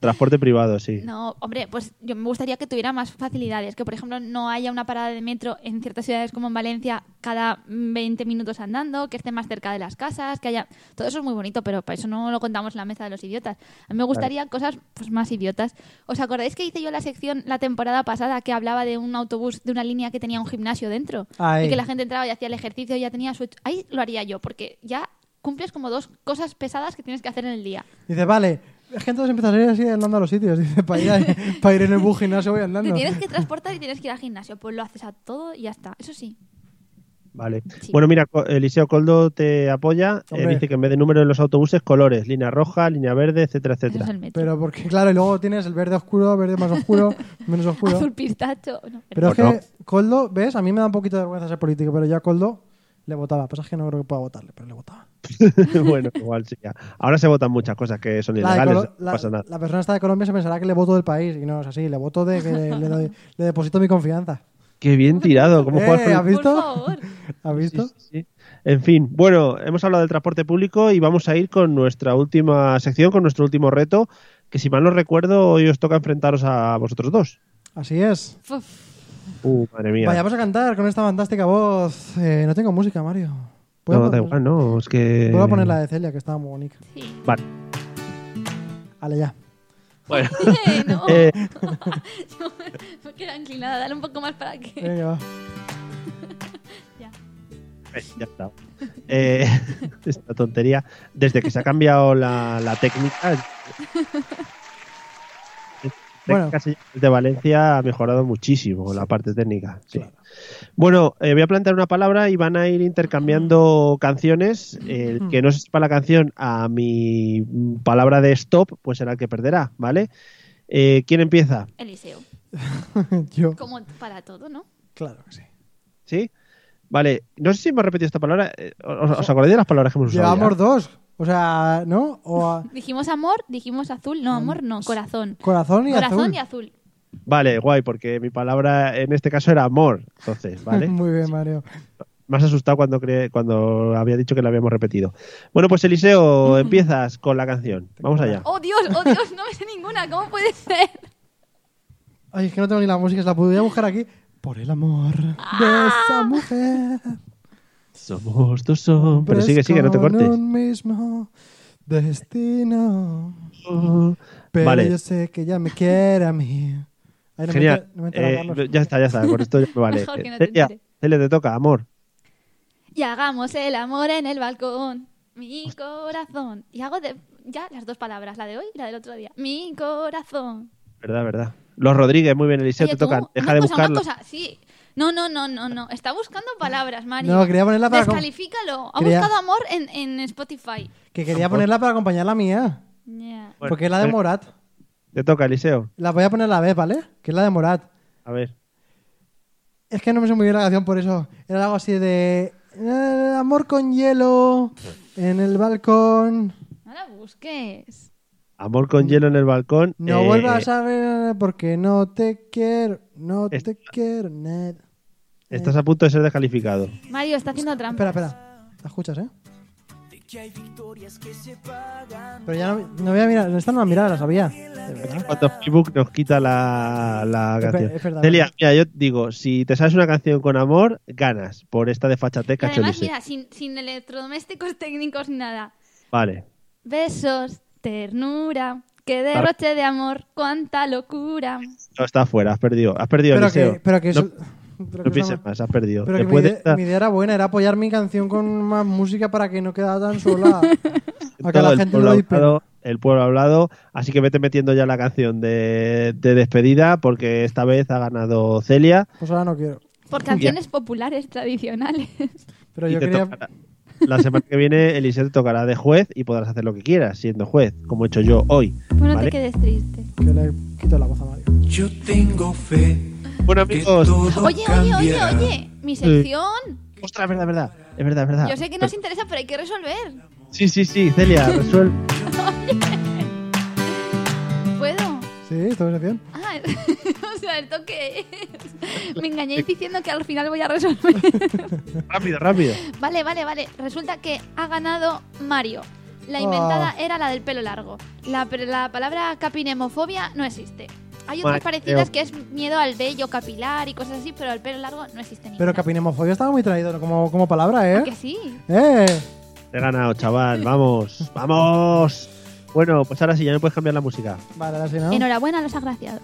Speaker 1: Transporte privado, sí.
Speaker 4: No, hombre, pues yo me gustaría que tuviera más facilidades, que por ejemplo no haya una parada de metro en ciertas ciudades como en Valencia cada 20 minutos andando, que esté más cerca de las casas, que haya... Todo eso es muy bonito, pero para eso no lo contamos en la mesa de los idiotas. A mí me gustaría cosas pues, más idiotas. ¿Os acordáis que hice yo la sección la temporada pasada que hablaba de un autobús de una línea que tenía un gimnasio dentro?
Speaker 3: Ay.
Speaker 4: Y que la gente entraba y hacía el ejercicio y ya tenía su... Ahí lo haría yo, porque ya cumples como dos cosas pesadas que tienes que hacer en el día.
Speaker 3: Dice, vale, es que entonces empiezas a ir así andando a los sitios. Dice, para ir, a- para ir en el bus gimnasio voy andando.
Speaker 4: Te tienes que transportar y tienes que ir al gimnasio. Pues lo haces a todo y ya está. Eso sí.
Speaker 1: Vale.
Speaker 4: Sí.
Speaker 1: Bueno, mira, Co- Eliseo Coldo te apoya. Eh,
Speaker 3: Hombre.
Speaker 1: dice que en vez de números en los autobuses, colores. Línea roja, línea verde, etcétera,
Speaker 4: Eso
Speaker 1: etcétera.
Speaker 4: es el metro.
Speaker 3: Pero porque, claro, y luego tienes el verde oscuro, verde más oscuro, menos oscuro.
Speaker 4: Azul pistacho. No,
Speaker 3: Pero es que,
Speaker 1: Bueno.
Speaker 3: Coldo, ¿ves? A mí me da un poquito de vergüenza ser político, pero yo a Coldo le votaba. Pasa que no creo que pueda votarle, pero le votaba.
Speaker 1: bueno, igual sí. ya. Ahora se votan muchas cosas que son
Speaker 3: de
Speaker 1: ilegales,
Speaker 3: Colo-
Speaker 1: no
Speaker 3: la-
Speaker 1: pasa nada.
Speaker 3: la persona esta de Colombia se pensará que le voto del país y no es así. Le voto de que le, le doy- le deposito mi confianza.
Speaker 1: Qué bien tirado, ¿cómo
Speaker 3: Eh,
Speaker 1: juegas con el-
Speaker 3: ¿Has visto?
Speaker 4: Por favor.
Speaker 3: ¿Has
Speaker 1: Sí,
Speaker 3: visto?
Speaker 1: sí, sí. En fin, bueno, hemos hablado del transporte público y vamos a ir con nuestra última sección, con nuestro último reto, que si mal no recuerdo, hoy os toca enfrentaros a vosotros dos.
Speaker 3: Así es.
Speaker 4: Fuf.
Speaker 1: Uh, madre mía.
Speaker 3: Vayamos a cantar con esta fantástica voz. Eh, no tengo música, Mario.
Speaker 1: no,
Speaker 3: ¿Puedo
Speaker 1: da igual, eh. no, es que...
Speaker 3: Vuelvo a poner la de Celia, que estaba muy bonita.
Speaker 4: Sí.
Speaker 1: Vale.
Speaker 3: Ale, ya.
Speaker 1: Bueno,
Speaker 4: Eh, no.
Speaker 1: eh,
Speaker 4: Yo me quedo inclinada. Dale un poco más para que.
Speaker 3: Venga, va.
Speaker 1: eh, ya está. Eh, esta tontería. Desde que se ha cambiado la, la técnica...
Speaker 3: Bueno.
Speaker 1: técnica se- de Valencia ha mejorado muchísimo la parte técnica. Sí.
Speaker 3: Claro.
Speaker 1: Bueno, eh, voy a plantear una palabra y van a ir intercambiando canciones. El que no se sepa la canción a mi mm, palabra de stop, pues será el que perderá, ¿vale? Eh, ¿Quién empieza?
Speaker 4: Eliseo.
Speaker 3: Yo.
Speaker 4: Como para todo, ¿no?
Speaker 3: Claro que sí.
Speaker 1: ¿Sí? Vale, no sé si hemos repetido esta palabra. Eh, ¿Os, os acordáis de las palabras que hemos usado?
Speaker 3: Llevamos
Speaker 1: Pues ya?
Speaker 3: dos. O sea, ¿no? O a-
Speaker 4: Dijimos amor, dijimos azul. No, amor no, corazón.
Speaker 3: corazón y
Speaker 4: corazón
Speaker 3: azul.
Speaker 4: y azul.
Speaker 1: Vale, guay, porque mi palabra en este caso era amor. Entonces, ¿vale?
Speaker 3: Muy bien, Mario.
Speaker 1: Más asustado cuando, cre- cuando había dicho que la habíamos repetido. Bueno, pues Eliseo, empiezas con la canción. Vamos allá.
Speaker 4: Oh Dios, oh Dios, no me sé ninguna. ¿Cómo puede ser?
Speaker 3: Ay, es que no tengo ni la música, se la podría buscar aquí. Por el amor de
Speaker 4: Ah.
Speaker 3: esa mujer.
Speaker 1: Somos dos hombres.
Speaker 3: Hombres
Speaker 1: Sigue, sigue, no te
Speaker 3: con
Speaker 1: cortes.
Speaker 3: un mismo destino. Pero
Speaker 1: Vale.
Speaker 3: yo sé que ella me quiere a mí. Ay, no me
Speaker 1: Genial.
Speaker 3: enter- no me entera,
Speaker 1: Eh,
Speaker 3: Carlos.
Speaker 1: ya está, ya está. Con esto ya me vale.
Speaker 4: Mejor que no te
Speaker 1: Celia,
Speaker 4: entere.
Speaker 1: Celia, te toca, amor.
Speaker 4: Y hagamos el amor en el balcón. Mi corazón. Y hago de, ya las dos palabras, la de hoy y la del otro día. Mi corazón.
Speaker 1: Verdad, verdad. Los Rodríguez, muy bien, Eliseo,
Speaker 4: Oye,
Speaker 1: te toca.
Speaker 4: tú,
Speaker 1: Deja
Speaker 4: una
Speaker 1: de
Speaker 4: cosa, una
Speaker 1: buscarlo.
Speaker 4: cosa, sí. No, no, no, no, no. Está buscando palabras, Mario.
Speaker 3: No, quería ponerla para. com-
Speaker 4: Descalifícalo. Ha
Speaker 3: Quería-
Speaker 4: buscado amor en, en Spotify.
Speaker 3: Que quería ponerla para acompañar la mía.
Speaker 4: Ya.
Speaker 1: Bueno,
Speaker 3: porque es la de
Speaker 1: eh,
Speaker 3: Morat.
Speaker 1: Te toca, Eliseo.
Speaker 3: La voy a poner a la vez, ¿vale? Que es la de Morat.
Speaker 1: A ver.
Speaker 3: Es que no me sé muy bien la canción por eso. Era algo así de. "Eh, amor con hielo. En el balcón.
Speaker 4: No la busques.
Speaker 1: Amor con hielo en el balcón.
Speaker 3: No
Speaker 1: eh,
Speaker 3: vuelvas a ver porque no te quiero. No
Speaker 1: Es-
Speaker 3: te quiero. nada.
Speaker 1: Estás a punto de ser descalificado.
Speaker 4: Mario está haciendo trampa.
Speaker 3: Espera, espera. La escuchas, ¿eh? Pero ya no, no voy a mirar. Esta no la miraba, la sabía. De verdad.
Speaker 1: Cuando Facebook nos quita la, la
Speaker 3: Es ver-
Speaker 1: canción.
Speaker 3: es verdad,
Speaker 1: Celia,
Speaker 3: verdad.
Speaker 1: mira, yo digo, si te sabes una canción con amor, ganas por esta de
Speaker 4: Y
Speaker 1: fachateca,
Speaker 4: además, mira, sin, sin electrodomésticos técnicos ni nada.
Speaker 1: Vale.
Speaker 4: Besos, ternura, que derroche de amor, cuánta locura.
Speaker 1: No, está fuera, has perdido. Has perdido,
Speaker 3: Pero
Speaker 1: Eliseo.
Speaker 3: que, pero que
Speaker 1: no,
Speaker 3: eso- pero
Speaker 1: no
Speaker 3: que eso
Speaker 1: pienses
Speaker 3: no-
Speaker 1: más, has perdido.
Speaker 3: Pero
Speaker 1: Te
Speaker 3: que mi,
Speaker 1: puedes-
Speaker 3: ide- mi idea era buena, era apoyar mi canción con más música para que no quedara tan sola. a que
Speaker 1: todo
Speaker 3: la
Speaker 1: el
Speaker 3: gente
Speaker 1: pueblo
Speaker 3: lo
Speaker 1: ha hablado, el pueblo ha hablado, así que vete metiendo ya la canción de, de despedida porque esta vez ha ganado Celia
Speaker 3: Pues ahora no quiero.
Speaker 4: Por canciones populares tradicionales.
Speaker 3: Pero
Speaker 1: y
Speaker 3: yo
Speaker 1: te
Speaker 3: quería.
Speaker 1: tocará- la semana que viene Eliseo te tocará de juez y podrás hacer lo que quieras siendo juez, como he hecho yo hoy.
Speaker 4: Bueno,
Speaker 1: ¿vale?
Speaker 4: te quedes triste.
Speaker 3: Que le quito la voz a Mario.
Speaker 5: Yo tengo fe
Speaker 1: Bueno
Speaker 5: que
Speaker 1: amigos,
Speaker 5: todo
Speaker 4: Oye, oye, oye,
Speaker 5: cambiará.
Speaker 4: oye, mi sección.
Speaker 1: ostras, es verdad, es verdad, es verdad, es verdad.
Speaker 4: Yo sé
Speaker 3: Ah.
Speaker 4: que nos interesa, pero hay que resolver.
Speaker 1: Sí, sí, sí, Celia, resuelve.
Speaker 4: ¿Puedo?
Speaker 3: Sí, esto es bien.
Speaker 4: Ah, o sea, ¿esto qué es? Me engañéis diciendo que al final voy a resolver.
Speaker 1: rápido, rápido.
Speaker 4: Vale, vale, vale. Resulta que ha ganado Mario. La
Speaker 3: Ah.
Speaker 4: inventada era la del pelo largo. La, pre- la palabra capinemofobia no existe. Hay otras
Speaker 1: Mario.
Speaker 4: parecidas que es miedo al vello capilar y cosas así, pero el pelo largo no existe ninguna.
Speaker 3: Pero capinemofobia estaba muy traído como, como palabra, ¿eh?
Speaker 4: Que sí.
Speaker 3: ¡Eh!
Speaker 1: Te he ganado, chaval, vamos, vamos. Bueno, pues ahora sí, ya me puedes cambiar la música.
Speaker 3: Vale, ahora sí, ¿no?
Speaker 4: Enhorabuena a los agraciados.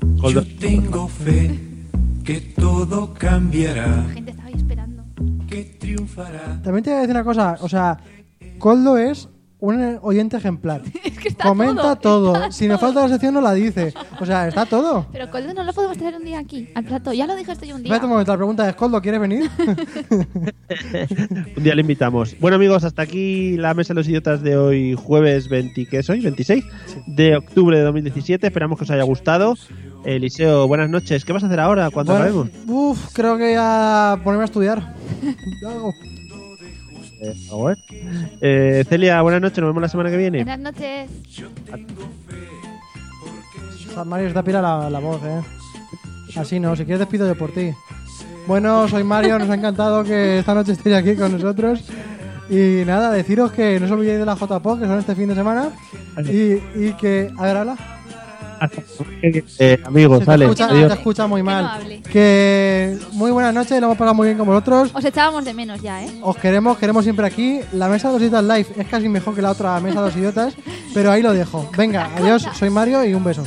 Speaker 5: Yo
Speaker 1: Coldo-
Speaker 5: tengo fe que todo cambiará,
Speaker 4: La gente estaba ahí esperando.
Speaker 5: que triunfará.
Speaker 3: También te voy a decir una cosa. O sea, Coldo es un oyente ejemplar.
Speaker 4: Es que está
Speaker 3: Comenta todo.
Speaker 4: está
Speaker 3: si nos
Speaker 4: todo.
Speaker 3: falta la sección, no la dice. O sea, está todo.
Speaker 4: Pero Coldo no lo podemos tener un día aquí, al plato. Ya lo dije esto yo un día.
Speaker 3: Espérate un momento, la pregunta es: ¿Coldo, quieres venir?
Speaker 1: Un día le invitamos. Bueno, amigos, hasta aquí la mesa de los idiotas de hoy, jueves 20, ¿qué es hoy? 26 de octubre de 2017. Esperamos que os haya gustado. Eliseo, buenas noches. ¿Qué vas a hacer ahora cuando
Speaker 3: Bueno,
Speaker 1: acabemos?
Speaker 3: Uf, creo que ya ponerme a estudiar. Algo.
Speaker 1: Eh, por favor. Eh, Celia, buenas noches. Nos vemos la semana que viene.
Speaker 4: Buenas noches.
Speaker 3: San Mario se te apila la, la voz, eh. Así no, si quieres despido yo por ti. Bueno, soy Mario, nos ha encantado que esta noche estéis aquí con nosotros. Y nada, deciros que no os olvidéis de la JPO, que son este fin de semana. Y, y que. A ver, habla.
Speaker 1: Eh,
Speaker 3: Se
Speaker 1: amigos,
Speaker 3: te,
Speaker 1: Ale.
Speaker 3: escucha,
Speaker 4: adiós.
Speaker 3: te escucha muy
Speaker 4: Que no
Speaker 3: mal.
Speaker 4: hable.
Speaker 3: Que muy buenas noches, lo hemos pasado muy bien con vosotros.
Speaker 4: Os echábamos de menos ya, ¿eh?
Speaker 3: Os queremos, queremos siempre aquí. La mesa de los idiotas live es casi mejor que la otra mesa de los idiotas, pero ahí lo dejo. Venga, adiós, soy Mario y un beso.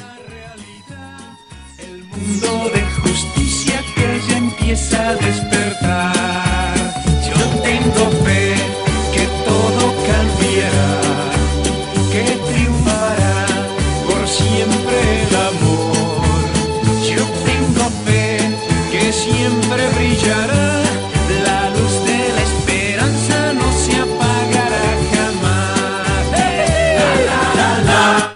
Speaker 5: El mundo de justicia que ya empieza a despertar. Yo tengo fe que todo cambiará, que triunfará por siempre el amor. Yo tengo fe que siempre brillará. La luz de la esperanza no se apagará jamás.